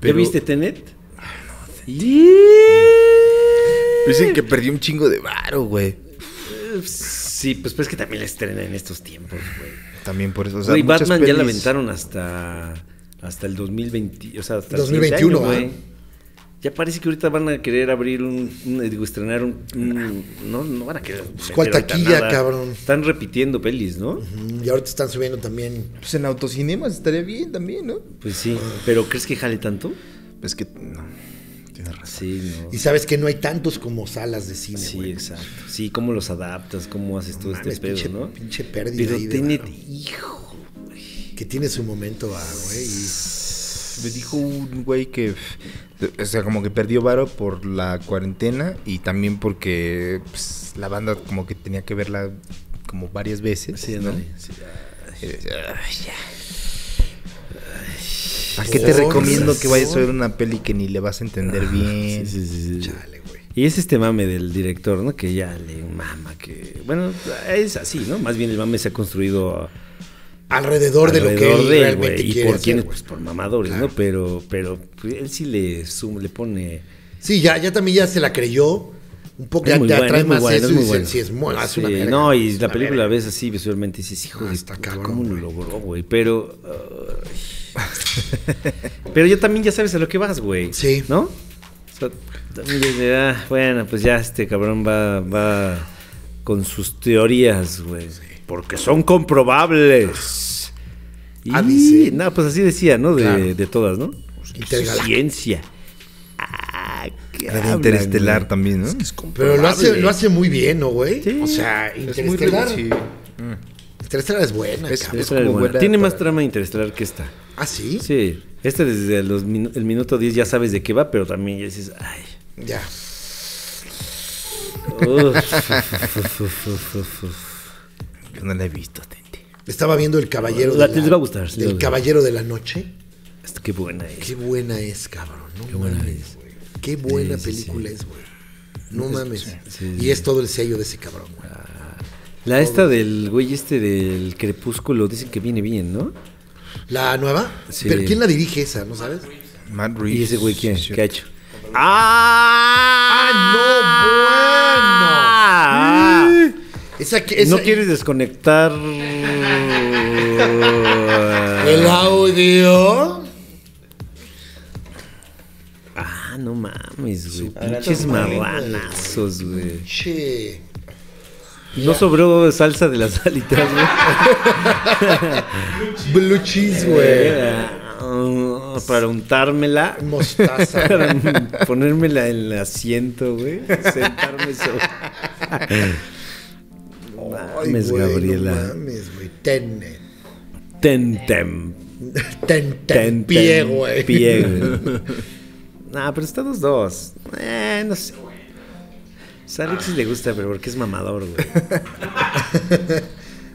A: pero-
C: viste Tenet?
A: Dicen que perdió un chingo de varo, güey.
C: Sí, pues, pues que también la estrena en estos tiempos, güey.
A: También por eso. O sea,
C: Güey,
A: muchas
C: Batman ya la
A: pelis-
C: aventaron hasta, hasta el 2020, o sea, hasta el
B: 2021,
C: siguiente año,
B: ¿ah?
C: güey. Ya parece que ahorita van a querer abrir un, un- digo, estrenar un, un- no, no van a querer. meter
B: pues, ¿cuál
C: ahorita
B: taquilla, cabrón? Mm,
C: Están repitiendo pelis, ¿no?
B: Y ahorita están subiendo también.
A: Pues en autocinemas estaría bien también, ¿no? Pues,
C: Pues sí, pero ¿crees que jale tanto?
A: Es que no. Tienes razón.
C: Sí, no.
B: Y sabes que no hay tantos como salas de cine,
C: Sí,
B: güey.
C: exacto. Sí, cómo los adaptas, cómo haces todo este
B: Mames,
C: pedo,
B: pinche,
C: ¿no?
B: pinche pérdida
C: Pero
B: ahí de
C: Tenet,
B: varo.
C: hijo.
B: que tiene su momento, ah, güey. y-
A: Me dijo un güey que, o sea, como que perdió varo por la cuarentena y también porque pues, la banda como que tenía que verla como varias veces.
C: Sí,
A: ¿no?
C: ándale, sí.
A: Y decía, "Ay, ya". ¿A qué te
B: Por
A: recomiendo que vayas a
B: razón.
A: ver una peli que ni le vas a entender bien?
C: Ah, Sí, sí, sí, sí.
B: Chale, güey.
C: Y es este mame del director, ¿no? Que ya le mama, que... Bueno, es así, ¿no? Más bien el mame se ha construido
B: Alrededor, de lo que él
C: de él,
B: realmente
C: güey. ¿Y
B: quiere
C: por
B: hacer,
C: quiénes?
B: güey.
C: Pues por mamadores, ¿no? Pero, pero pues, él sí le, sum- le pone...
B: Sí, ya, ya también ya se la creyó. Un poco ya te atrae más eso y dicen, sí, es muy, ah, es una
C: Sí,
B: verga.
C: No, y la
B: Una
C: película la
B: verga.
C: ves así visualmente y dices, hijo
B: Ah,
C: de
B: está
C: puta,
B: cabrón,
C: ¿cómo lo
B: güey.
C: logró, güey? Pero... ay. pero ya también ya sabes a lo que vas, güey.
B: Sí.
C: ¿No? O sea, también dices, ah, bueno, pues ya este cabrón va, va con sus teorías, güey. Porque son comprobables. Y,
B: Ah, dice.
C: No, pues así decía, ¿no? De,
B: Claro.
C: de todas, ¿no?
B: Intergaláctico.
C: Ciencia. Ah, ¿qué
A: La de
C: hablan,
A: Interestelar
C: güey?
A: también, ¿no?
B: Pero lo hace, lo hace muy bien, ¿no, güey?
C: Sí.
B: O sea,
A: Es muy
B: Interestelar.
A: sí.
B: Interestelar es buena.
A: Es-
B: cabrón.
A: es-
C: Interestelar
A: como
C: es buena.
A: buena
C: Tiene
A: para-
C: más trama interestelar que esta.
B: Ah, sí.
C: Sí. Esta desde los min- el minuto 10 ya sabes de qué va, pero también ya dices, ay.
B: Ya.
C: [LAUGHS]
A: Yo no la he visto, Tente.
B: Estaba viendo El Caballero
C: La- les va a gustar, sí, les va a
B: El
C: gustar.
B: Caballero de la Noche.
C: Hasta qué buena es.
B: Qué buena es, cabrón. No
C: Qué buena
B: mames,
C: es.
B: güey. Qué buena
C: Sí, sí,
B: película
C: sí.
B: es, güey. No mames.
C: sí,
B: Y
C: sí.
B: es todo el sello de ese cabrón, güey.
C: La esta del güey este del crepúsculo, dicen que viene bien, ¿no?
B: ¿La nueva?
C: Sí.
B: ¿Pero quién la dirige esa, no sabes?
A: Matt Reeves.
C: ¿Y ese güey quién?
A: sí,
C: ¿Qué ha hecho?
A: ¡Ah,
B: ¡Ah, no, bueno! Esa, que- esa-
C: ¿No quieres desconectar
B: ¿El audio?
C: Ah, no mames, güey. Pinches marranazos, güey.
B: Che.
C: No sobró salsa de las alitas, güey.
B: Blue cheese, güey.
C: Era, ah, Para untármela.
B: Mostaza.
C: [LAUGHS] Para ponérmela en el asiento, güey. Sentarme sobre. No
B: Ay,
C: Mames,
B: güey, No
C: Gabriela.
B: mames, güey. Ten.
C: Ten, ten.
B: Ten, ten,
C: Ten,
B: pie,
C: ten,
B: güey. [LAUGHS]
C: Pie, güey. Nah, pero están los dos. Eh, no sé. güey. O sea, a Alexis le gusta, pero porque es mamador, güey.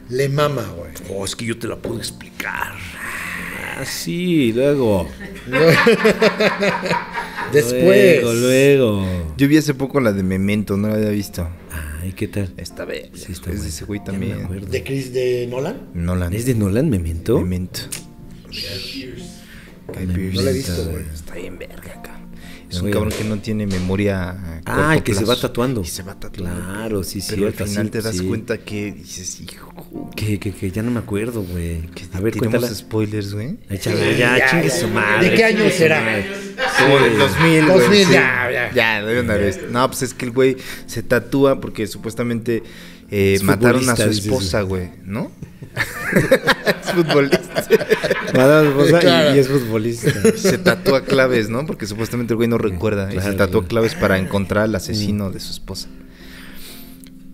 B: Le mama, güey.
C: Oh, es que yo te la puedo explicar. Ah, sí, luego.
B: Después.
C: Luego, luego.
A: Yo vi hace poco la de Memento, no la había visto.
C: Ay, ¿qué tal?
A: Esta vez.
C: Sí, está
A: es
C: buena.
A: de ese Este, pues, güey
C: Ya me
A: también.
C: acuerdo.
B: ¿De Chris de Nolan?
A: No la
C: ¿Es de Nolan Memento?
A: Memento. Guy Pearce.
B: No la he visto, güey.
A: Está bien verga, acá. Es un
C: Güey.
A: cabrón que no tiene memoria. a
C: Ah, el
A: corto
C: que se va
A: plazo.
C: tatuando.
A: Y se va tatuando.
C: Claro, sí, sí.
A: Pero al final te das cuenta que dices, hijo,
C: Que, que, que ya no me acuerdo, güey.
A: que
C: A ver,
A: tiramos
C: cuéntala.
A: spoilers, güey.
C: Échale,
B: Sí,
C: ya,
B: ya,
C: chingue
B: ya.
C: su madre.
B: ¿De qué año
C: chingue su
B: será?
C: madre.
A: Como del 2000, güey.
B: 2000,
A: sí.
B: ya, ya.
A: de una vez. No, pues es que el güey se tatúa porque supuestamente eh,
C: Es
A: mataron a
C: futbolista,
A: su
C: dices,
A: esposa, güey, ¿no? [LAUGHS] es futbolista.
C: Madame Rosa y-
B: Claro.
C: y es futbolista.
A: Se tatúa claves, ¿no? Porque supuestamente el güey no recuerda. y
C: Claro, Mm.
A: se tatúa
C: claro.
A: claves para encontrar al asesino de su esposa.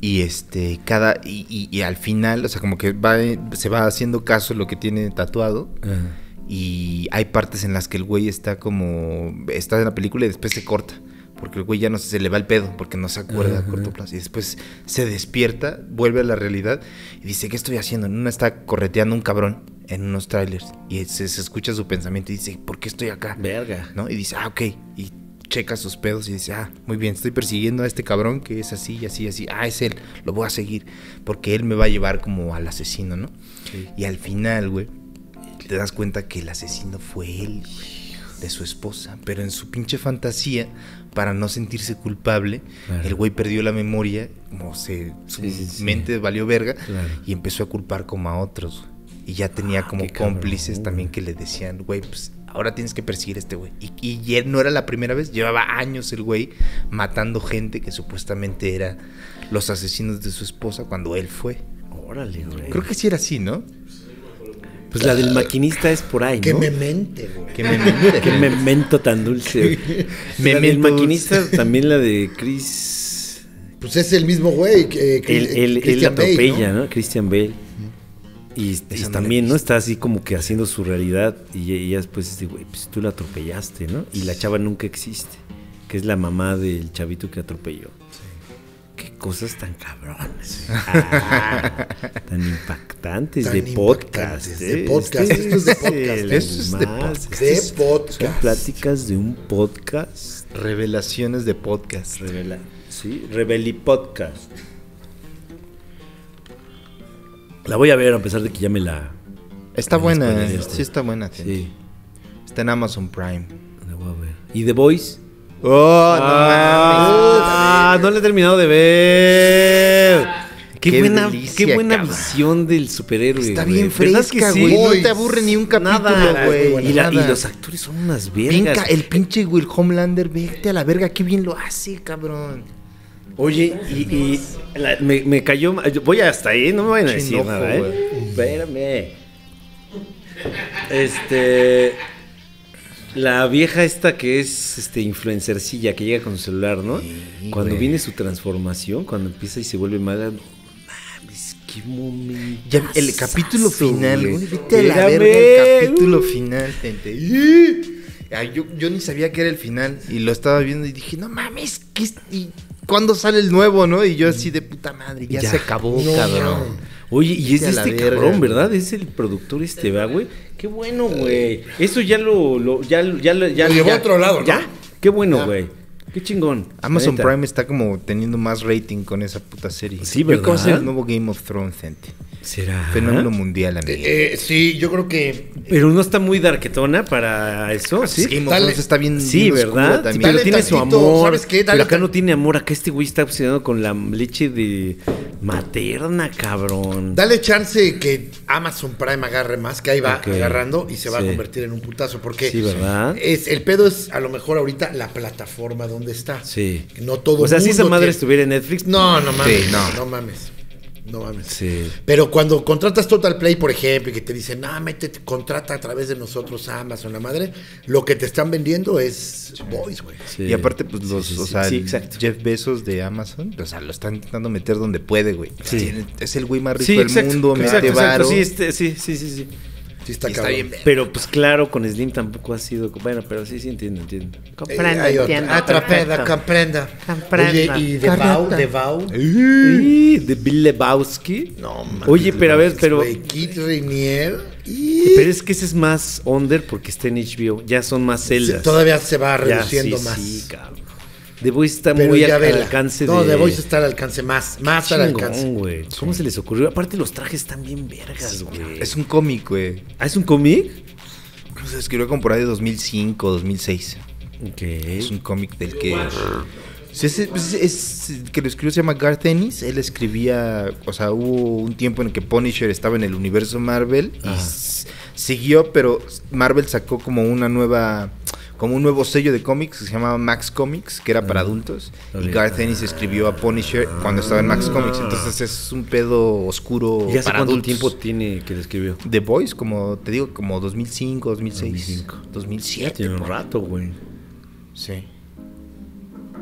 A: Y este, cada. Y, y- y al final, o sea, como que va, se va haciendo caso lo que tiene tatuado.
C: Ajá.
A: Y hay partes en las que el güey está como. Está en la película y después se corta. Porque el güey ya no se, se le va el pedo, porque no se acuerda a corto plazo. Y después se despierta, vuelve a la realidad y dice: ¿Qué estoy haciendo? En una está correteando un cabrón en unos trailers. Y se, se escucha su pensamiento y dice: ¿Por qué estoy acá?
C: [LAUGHS] Verga.
A: ¿No? Y dice: Ah, ok. Y checa sus pedos y dice: Ah, muy bien, estoy persiguiendo a este cabrón que es así, y así, y así. Ah, es él, lo voy a seguir. Porque él me va a llevar como al asesino, ¿no? Y al final, güey, te das cuenta que el asesino fue él, güey, de su esposa. Pero en su pinche fantasía, para no sentirse culpable,
C: Claro.
A: el güey perdió la memoria, como se, su
C: Sí, sí, sí.
A: mente valió verga,
C: Claro.
A: y empezó a culpar como a otros. güey. Y ya tenía
C: Ah,
A: como
C: qué cabrón,
A: cómplices
C: güey.
A: también que le decían, güey, pues ahora tienes que perseguir a este güey. Y, y él no era la primera vez, llevaba años el güey matando gente que supuestamente era los asesinos de su esposa cuando él fue.
C: Órale, güey.
A: Creo que sí era así, ¿no?
C: Pues la del maquinista es por ahí,
B: Que
C: ¿no?
B: me mente, güey.
A: Que me mire. [LAUGHS]
C: Qué memento tan dulce. güey. La del
A: Memento
C: maquinista también la de Chris.
B: Pues es el mismo güey. Que, que-
C: Él, él, él
B: Eh, Christian Bale,
C: atropella,
B: ¿no?
C: ¿no? Christian Bale. Y, y
A: Esa no la
C: también,
A: he
C: ¿no? Está así como que haciendo su realidad. Y ella después dice, güey, pues tú la atropellaste, ¿no? Y la chava nunca existe. Que es la mamá del chavito que atropelló. Qué cosas tan cabronas. Ah, tan impactantes
B: Tan
C: de podcast.
B: impactantes, de
C: ¿eh?
B: podcast.
C: Este
B: Esto es de podcast.
C: el
A: Esto es de
C: más.
A: podcast.
B: De
C: Estas Son
B: podcast.
C: pláticas de un podcast.
A: Revelaciones de podcast.
C: Revela. Sí, Reveli Podcast. La voy a ver a pesar de que ya me la.
A: Está
C: Nos
A: buena,
C: pueden
A: eh.
C: decir.
A: sí está buena. gente.
C: Sí,
A: Está en Amazon Prime.
C: la voy a ver. ¿Y The Voice?
A: ¡Oh,
C: ah, no la he terminado de ver. Qué,
A: Qué
C: buena,
A: delicia,
C: qué buena
A: cabrón.
C: visión del superhéroe.
A: Está
C: güey.
A: bien
C: ¿Verdad
A: fresca,
C: que sí?
A: güey.
B: Voice.
A: No te aburre ni un capítulo,
C: Nada, Ah,
A: güey.
C: Y, la- y
A: Nada.
C: los actores son unas
A: Pinca-
C: vergas.
A: el pinche Will Homelander, vete a la verga, qué bien lo hace, cabrón.
C: Oye, y, y la- me, me cayó. ma- yo Voy hasta ahí, no me vayan a decir
A: Chinojo,
C: nada, ¿eh? Espérame. Este. La vieja esta que es este influencercilla que llega con su celular, ¿no? cuando
A: güey.
C: viene su transformación, cuando empieza y se vuelve mala, no mames, qué momento.
A: Ya, el capítulo final, güey. Vete a la
C: Espérame.
A: verga, el capítulo
C: Uh.
A: final, gente. Ih. Ah, Yo, yo ni sabía que era el final. Y lo estaba viendo y dije, no mames, ¿qué es? y ¿Cuándo sale el nuevo, no? Y yo así de puta madre, ya,
C: Ya.
A: se acabó,
B: No,
A: cabrón.
C: Oye, y es
A: Vete a la
C: este
A: verga,
C: cabrón,
A: güey.
C: ¿verdad? Es el productor este, ¿verdad, güey? Qué bueno, güey. Eso ya lo, lo- ya, lo- ya, lo- ya
B: Lo llevó
C: ya-
B: a otro lado, ¿no?
C: Ya. Qué bueno,
B: Ya.
C: güey. Qué chingón.
A: Pues Amazon
C: Neta.
A: Prime está como teniendo más rating con esa puta serie.
C: Sí,
A: Yo creo que va a ser
C: ¿verdad?
A: el nuevo Game of Thrones, gente.
C: será.
A: Fenómeno mundial, amigo.
B: Eh, eh, sí, yo creo que
C: Pero no está muy darquetona para eso,
A: Sí,
C: eh, ¿sí?
A: Game of
B: dale-
A: Thrones está bien.
C: Sí,
A: bien oscuro
C: ¿verdad? Sí,
A: también.
C: pero
B: Dale
C: tiene su
B: tantito,
C: amor.
B: ¿sabes qué? Dale
C: Pero acá
B: tan-
C: no tiene amor. Acá este güey está obsesionado con la leche de materna, cabrón.
B: dale chance que Amazon Prime agarre más, que ahí va
C: Ok.
B: agarrando y se va
C: Sí.
B: a convertir en un putazo. Porque
C: Sí, ¿verdad?
B: Es, el pedo es a lo mejor ahorita la plataforma donde está.
C: Sí.
B: No todo
C: O sea, si esa
B: mundo
C: madre
B: tiene-
C: estuviera en Netflix.
B: No, no mames.
A: Sí,
B: no.
A: no.
B: mames. No mames.
C: Sí.
B: Pero cuando contratas Total Play, por ejemplo, y que te dicen, no, métete, contrata a través de nosotros Amazon, la madre, lo que te están vendiendo es voice, güey.
C: sí.
A: Y aparte, pues
C: Sí,
A: los,
C: sí,
A: o
C: sí,
A: sea,
C: sí,
A: el
C: exacto.
A: Jeff Bezos de Amazon, o sea, lo están intentando meter donde puede, güey.
C: Sí.
A: Tiene- Es el güey más rico
C: Sí,
A: del
C: exacto,
A: mundo, mete
C: exacto, exacto,
A: varo.
C: sí, este, sí, sí, sí, sí.
B: Sí, está,
A: Y está
B: cabrón.
A: bien verga.
C: Pero pues claro, con Slim tampoco ha sido. Bueno, pero sí, sí, entiendo, entiendo.
B: Eh,
D: Comprendo,
B: hay otra.
D: entiendo.
B: Atrapeda,
D: perfecto.
B: comprenda.
D: Comprenda.
B: Oye, y de Bau, de Bau.
C: Sí, de Bill Lebowski.
B: No, mames.
C: Oye, pero a ver, pero.
B: Güey, Kid Rainier.
C: Pero es que ese es más under porque está en HBO. Ya son más celdas.
B: Todavía se va
C: Ya,
B: reduciendo
C: sí,
B: más.
C: Sí, cabrón. The Voice está
B: pero
C: muy
B: ya
C: al, al
B: vela.
C: alcance
B: no,
C: de.
B: The Voice está al alcance más, más al
C: Chingón,
B: alcance.
C: güey. Pues, ¿Cómo se les ocurrió? Aparte, los trajes están bien vergas, güey.
A: Es un cómic, güey.
C: ¿Ah, es un cómic?
A: Se escribió como por ahí de 2005, 2006.
C: Ok.
A: Es un cómic del que. Sí, ese- pues, es- es- que lo escribió se llama Garth Ennis. Él escribía. O sea, hubo un tiempo en el que Punisher estaba en el universo Marvel. Y s- siguió, pero Marvel sacó como una nueva. Como un nuevo sello de cómics que se llamaba Max Comics, que era para adultos. Y
C: bien.
A: Garth Ennis escribió a Punisher cuando estaba en Max Comics. Entonces es un pedo oscuro
C: Ah. ¿Y hace
A: para
C: cuánto
A: adultos.
C: tiempo tiene que lo escribió?
A: The Voice, como te digo, como 2005, 2006,
C: 2005.
A: 2007.
C: Tiene un rato, güey.
A: Sí.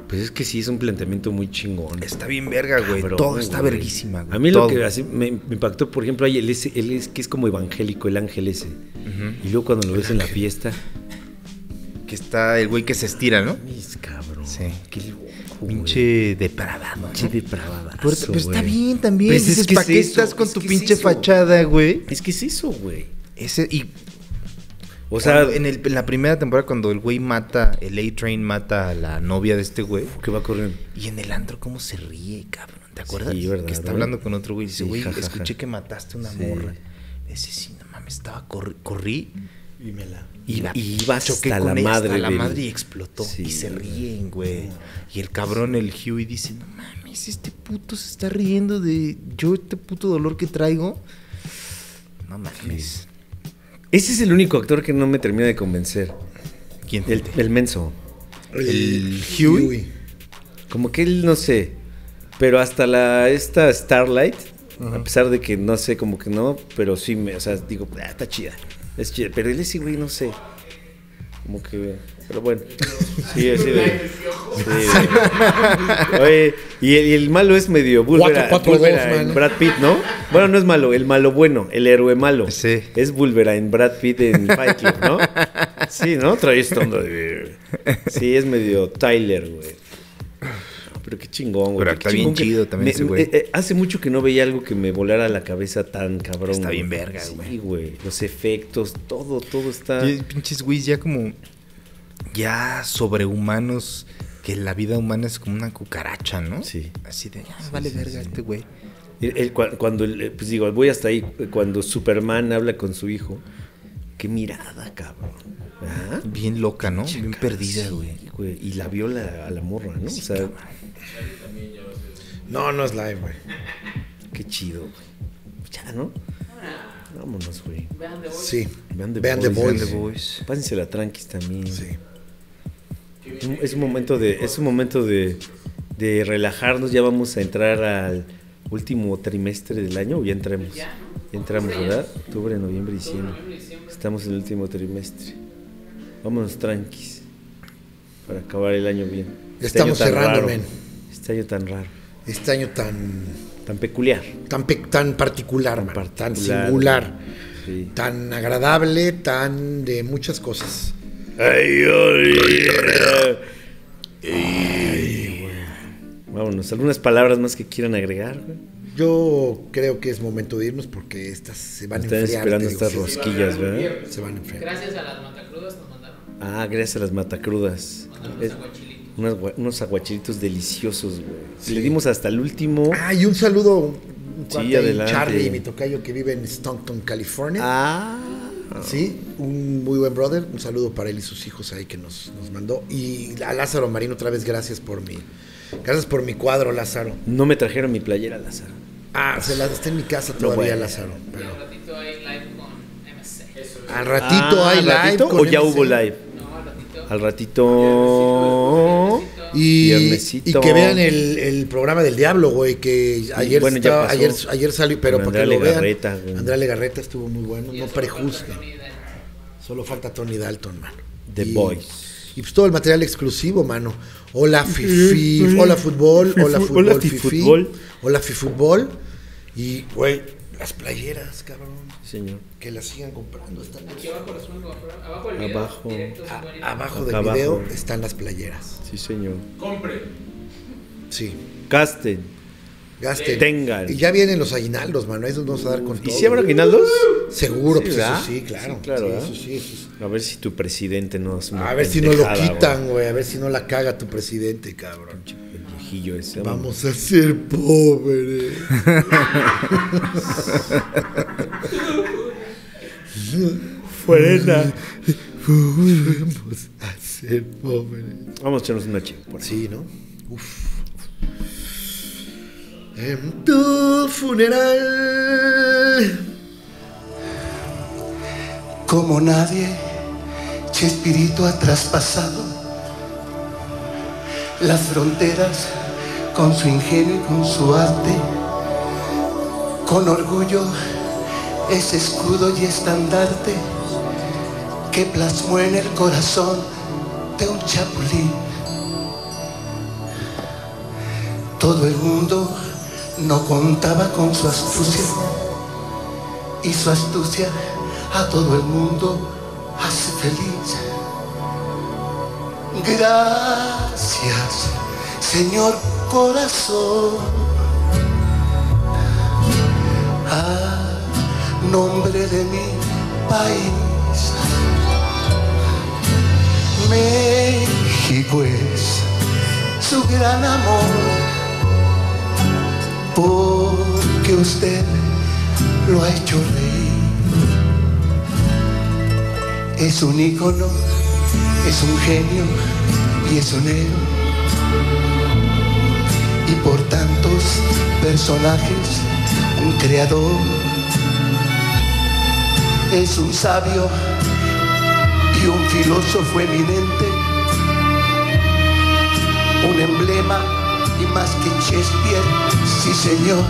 C: Pues es que sí, es un planteamiento muy chingón.
A: Está bien verga, güey.
C: Cabrón,
A: Todo está
C: güey.
A: verguísima, güey.
C: A mí
A: Todo.
C: lo que así me, me impactó, por ejemplo, ahí él es, él es que es como evangélico, el ángel ese. Y luego cuando lo ves en la fiesta,
A: Que está el güey que se estira, ¿no?
C: mis cabrón.
A: Sí.
C: Qué loco, güey.
A: Pinche depravado.
C: Pinche
A: ¿no?
C: depravadazo,
A: Pero, pero está
C: güey.
A: bien también.
C: Pues es
A: Dices,
C: que
A: ¿para
C: es
A: qué
C: eso,
A: estás con
C: es
A: tu
C: que es
A: pinche
C: eso.
A: fachada, güey?
C: Es que es eso, güey.
A: Ese, y,
C: O sea,
A: en, el- en la primera temporada, cuando el güey mata, el A-Train mata a la novia de este güey.
C: que va corriendo.
A: Y en el antro, ¿cómo se ríe, cabrón? ¿Te acuerdas?
C: Sí, verdad,
A: que está
C: ¿verdad?
A: hablando con otro güey y dice,
C: Sí,
A: güey,
C: jajaja.
A: escuché que mataste a una
C: Sí.
A: morra. Ese sí, no mames, estaba, cor- corrí
B: Y me la-
C: Y,
A: la-
C: y iba
A: choqué
C: hasta
A: con
C: la
A: ella,
C: madre.
A: hasta la
C: del-
A: madre y explotó.
C: Sí,
A: y se
C: güey.
A: ríen, güey. Y el cabrón, el Huey, dice, no mames, este puto se está riendo de yo este puto dolor que traigo. No mames.
C: Ese es el único actor que no me termina de convencer.
A: ¿Quién?
C: El, el menso.
A: El Huey.
C: Como que él no sé. Pero hasta la esta Starlight, a pesar de que no sé, como que no, pero sí me, o sea, digo, "Ah, está chida. Es chida. Pero él ese güey, no sé. Como que. Pero bueno. Sí, así de. Sí, güey. Oye, y el, y el malo es medio Bulbera,
B: Cuatro, cuatro, dos,
C: Bulbera en
B: man.
C: Brad Pitt, ¿no? Bueno, no es malo, el malo bueno, el héroe malo.
A: Sí.
C: Es Bulbera en Brad Pitt en Fight Club,
B: [LAUGHS]
C: ¿no? Sí, ¿no? Trae esto. onda de- Sí, es medio Tyler, güey. Pero qué chingón, güey.
A: Pero
C: qué
A: está bien
C: que-
A: chido también
C: me-
A: ese güey.
C: eh, eh, hace mucho que no veía algo que me volara la cabeza tan cabrón.
A: Está
C: güey.
A: bien verga, güey.
C: Sí, güey. Los efectos, todo, todo está.
A: Y pinches güeyes ya como... Ya sobrehumanos. Que la vida humana es como una cucaracha, ¿no?
C: Sí.
A: Así de, "Ah, vale verga este güey.
C: El- el cua- cuando, el- eh, pues digo, voy hasta ahí, eh, cuando Superman habla con su hijo, qué mirada, cabrón. Ajá.
A: Bien loca, ¿no?
C: Chaca,
A: Bien perdida,
C: sí,
A: güey.
C: güey. Y la viola a la morra, ¿no? o sea,
B: No, no es live, güey.
C: qué chido, güey. Pues Ya, ¿no? Vámonos, güey.
F: Vean de hoy.
B: Sí.
C: Vean The
B: Vean The
C: Boys.
A: Vean
B: Boys.
A: The Boys.
C: Pásense la tranquis también.
B: Sí.
C: Es un- Es un momento de, es un momento de, de relajarnos. Ya vamos a entrar al último trimestre del año. o Ya entramos. Ya entramos, ¿verdad? Octubre, noviembre, diciembre. Estamos en el último trimestre. Vámonos tranquis. Para acabar el año bien.
B: Ya
C: año
B: estamos
C: tan
B: cerrando,
C: raro,
B: men.
C: Este año tan raro.
B: Este año tan,
C: Tan peculiar.
B: tan, pe- tan particular, man, tan,
C: particular.
B: singular,
C: Sí.
B: tan agradable, tan de muchas cosas.
C: Ay, ay, ay, ay. Vámonos, ¿algunas palabras más que quieran agregar? güey?
B: Yo creo que es momento de irnos porque estas se van a
C: Están
B: enfriar.
C: esperando
B: te digo,
C: estas
B: sí, sí,
C: rosquillas, ¿verdad?
B: Se van a enfriar.
F: Gracias a las matacrudas nos mandaron.
C: Ah, gracias a las matacrudas.
F: Mandaron
C: Eh,
F: los aguachilitos.
C: unas gua- unos aguachilitos deliciosos, güey. Le dimos hasta el último.
B: Ah, y un saludo. un
C: Sí,
B: cuate ahí,
C: adelante.
B: Charlie, mi tocayo que vive en Stockton, California.
C: Ah.
B: Sí, un muy buen brother. Un saludo para él y sus hijos ahí que nos, nos mandó. Y a Lázaro Marín otra vez, gracias por mi, gracias por mi cuadro, Lázaro.
C: No me trajeron mi playera, Lázaro.
B: Ah, se la, está en mi casa todavía,
C: bueno.
B: Lázaro.
F: Y
B: pero-
F: al ratito hay live con MSC.
B: al ratito
C: Ah,
B: hay
C: ¿al
B: live.
C: ratito
B: con
C: ¿O ya
B: MC.
C: hubo live?
F: No, al ratito.
C: Al ratito.
B: Y,
C: Viernesito.
B: y que vean el, el programa del Diablo, güey, que ayer,
C: bueno, ya
B: estaba-
C: pasó.
B: ayer, ayer salió, pero
C: Con
B: para que
C: Andrea
B: lo vean.
C: Legarreta, güey.
B: Andrea Legarreta estuvo muy bueno,
F: Y
B: no
F: eso fue
B: prejuzguen.
F: Tony Dalton.
B: Solo falta Tony Dalton, mano.
C: The
B: Y-
C: Boys.
B: Y pues todo el material exclusivo, mano. Hola Fifi, hola fútbol, hola
C: Fifu-
B: fútbol,
C: hola
B: Fifi,
C: Fifutbol.
B: hola Fifutbol. Y, güey, las playeras, cabrón,
C: Señor.
B: que las sigan comprando. Están
F: Aquí abajo los pongo, abajo el video.
C: Abajo.
F: directo,
B: A-
F: se pueden ir.
B: abajo del
C: Acá abajo.
B: video están las playeras.
C: Sí, señor.
E: Compre.
B: Sí,
C: Casten.
B: gasten.
C: Tengan.
B: Y ya vienen los aguinaldos, mano. Eso nos vamos a dar con
C: ¿Y
B: todo.
C: si habrá aguinaldos?
B: Seguro,
C: Sí,
B: pues
C: ¿verdad?
B: eso sí, claro.
C: Sí, claro,
B: Sí,
C: ¿verdad?
B: eso sí, eso sí.
C: A ver si tu presidente no hace una
B: A ver si no lo
C: pendejada,
B: quitan, güey. A ver si no la caga tu presidente, cabrón.
C: güey. El viejillo ese.
B: Vamos a ser pobres.
C: Fuera.
B: Vamos a ser pobres.
C: Vamos a echarnos una chica por ahí.
B: Sí, ¿no? Uf. En tu funeral.
G: como nadie, Chespirito ha traspasado las fronteras con su ingenio y con su arte. Con orgullo es escudo y estandarte que plasmó en el corazón de un chapulín. Todo el mundo no contaba con su astucia y su astucia a todo el mundo hace feliz. Gracias, Señor Corazón, a nombre de mi país. México es su gran amor, porque usted lo ha hecho reír. Es un ícono, es un genio y es un héroe. Y por tantos personajes, un creador. Es un sabio y un filósofo eminente. Un emblema y más que Shakespeare, sí señor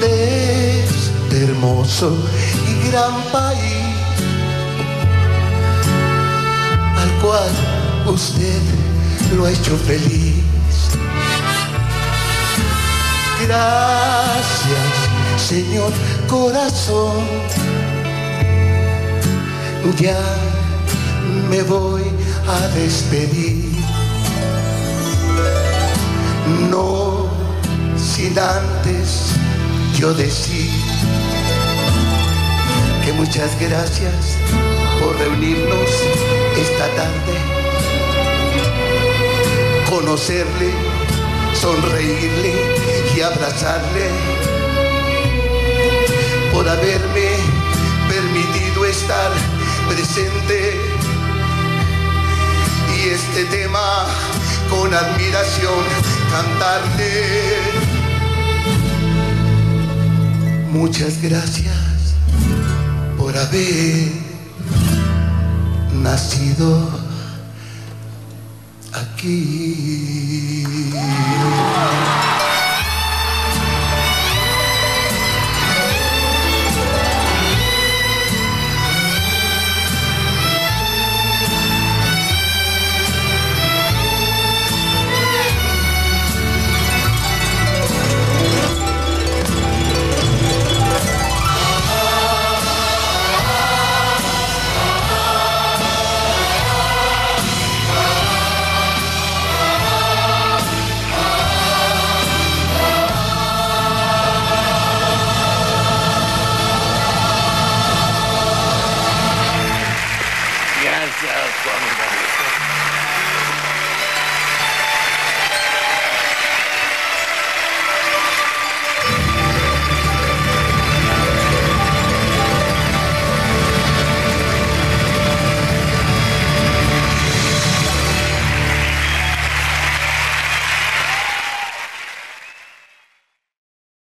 G: de este hermoso y gran país al cual usted lo ha hecho feliz. Gracias, Señor Corazón. Ya me voy a despedir no sin antes yo decir que muchas gracias por reunirnos esta tarde, conocerle, sonreírle y abrazarle, por haberme permitido estar presente y este tema con admiración cantarle. Muchas gracias por haber nacido aquí.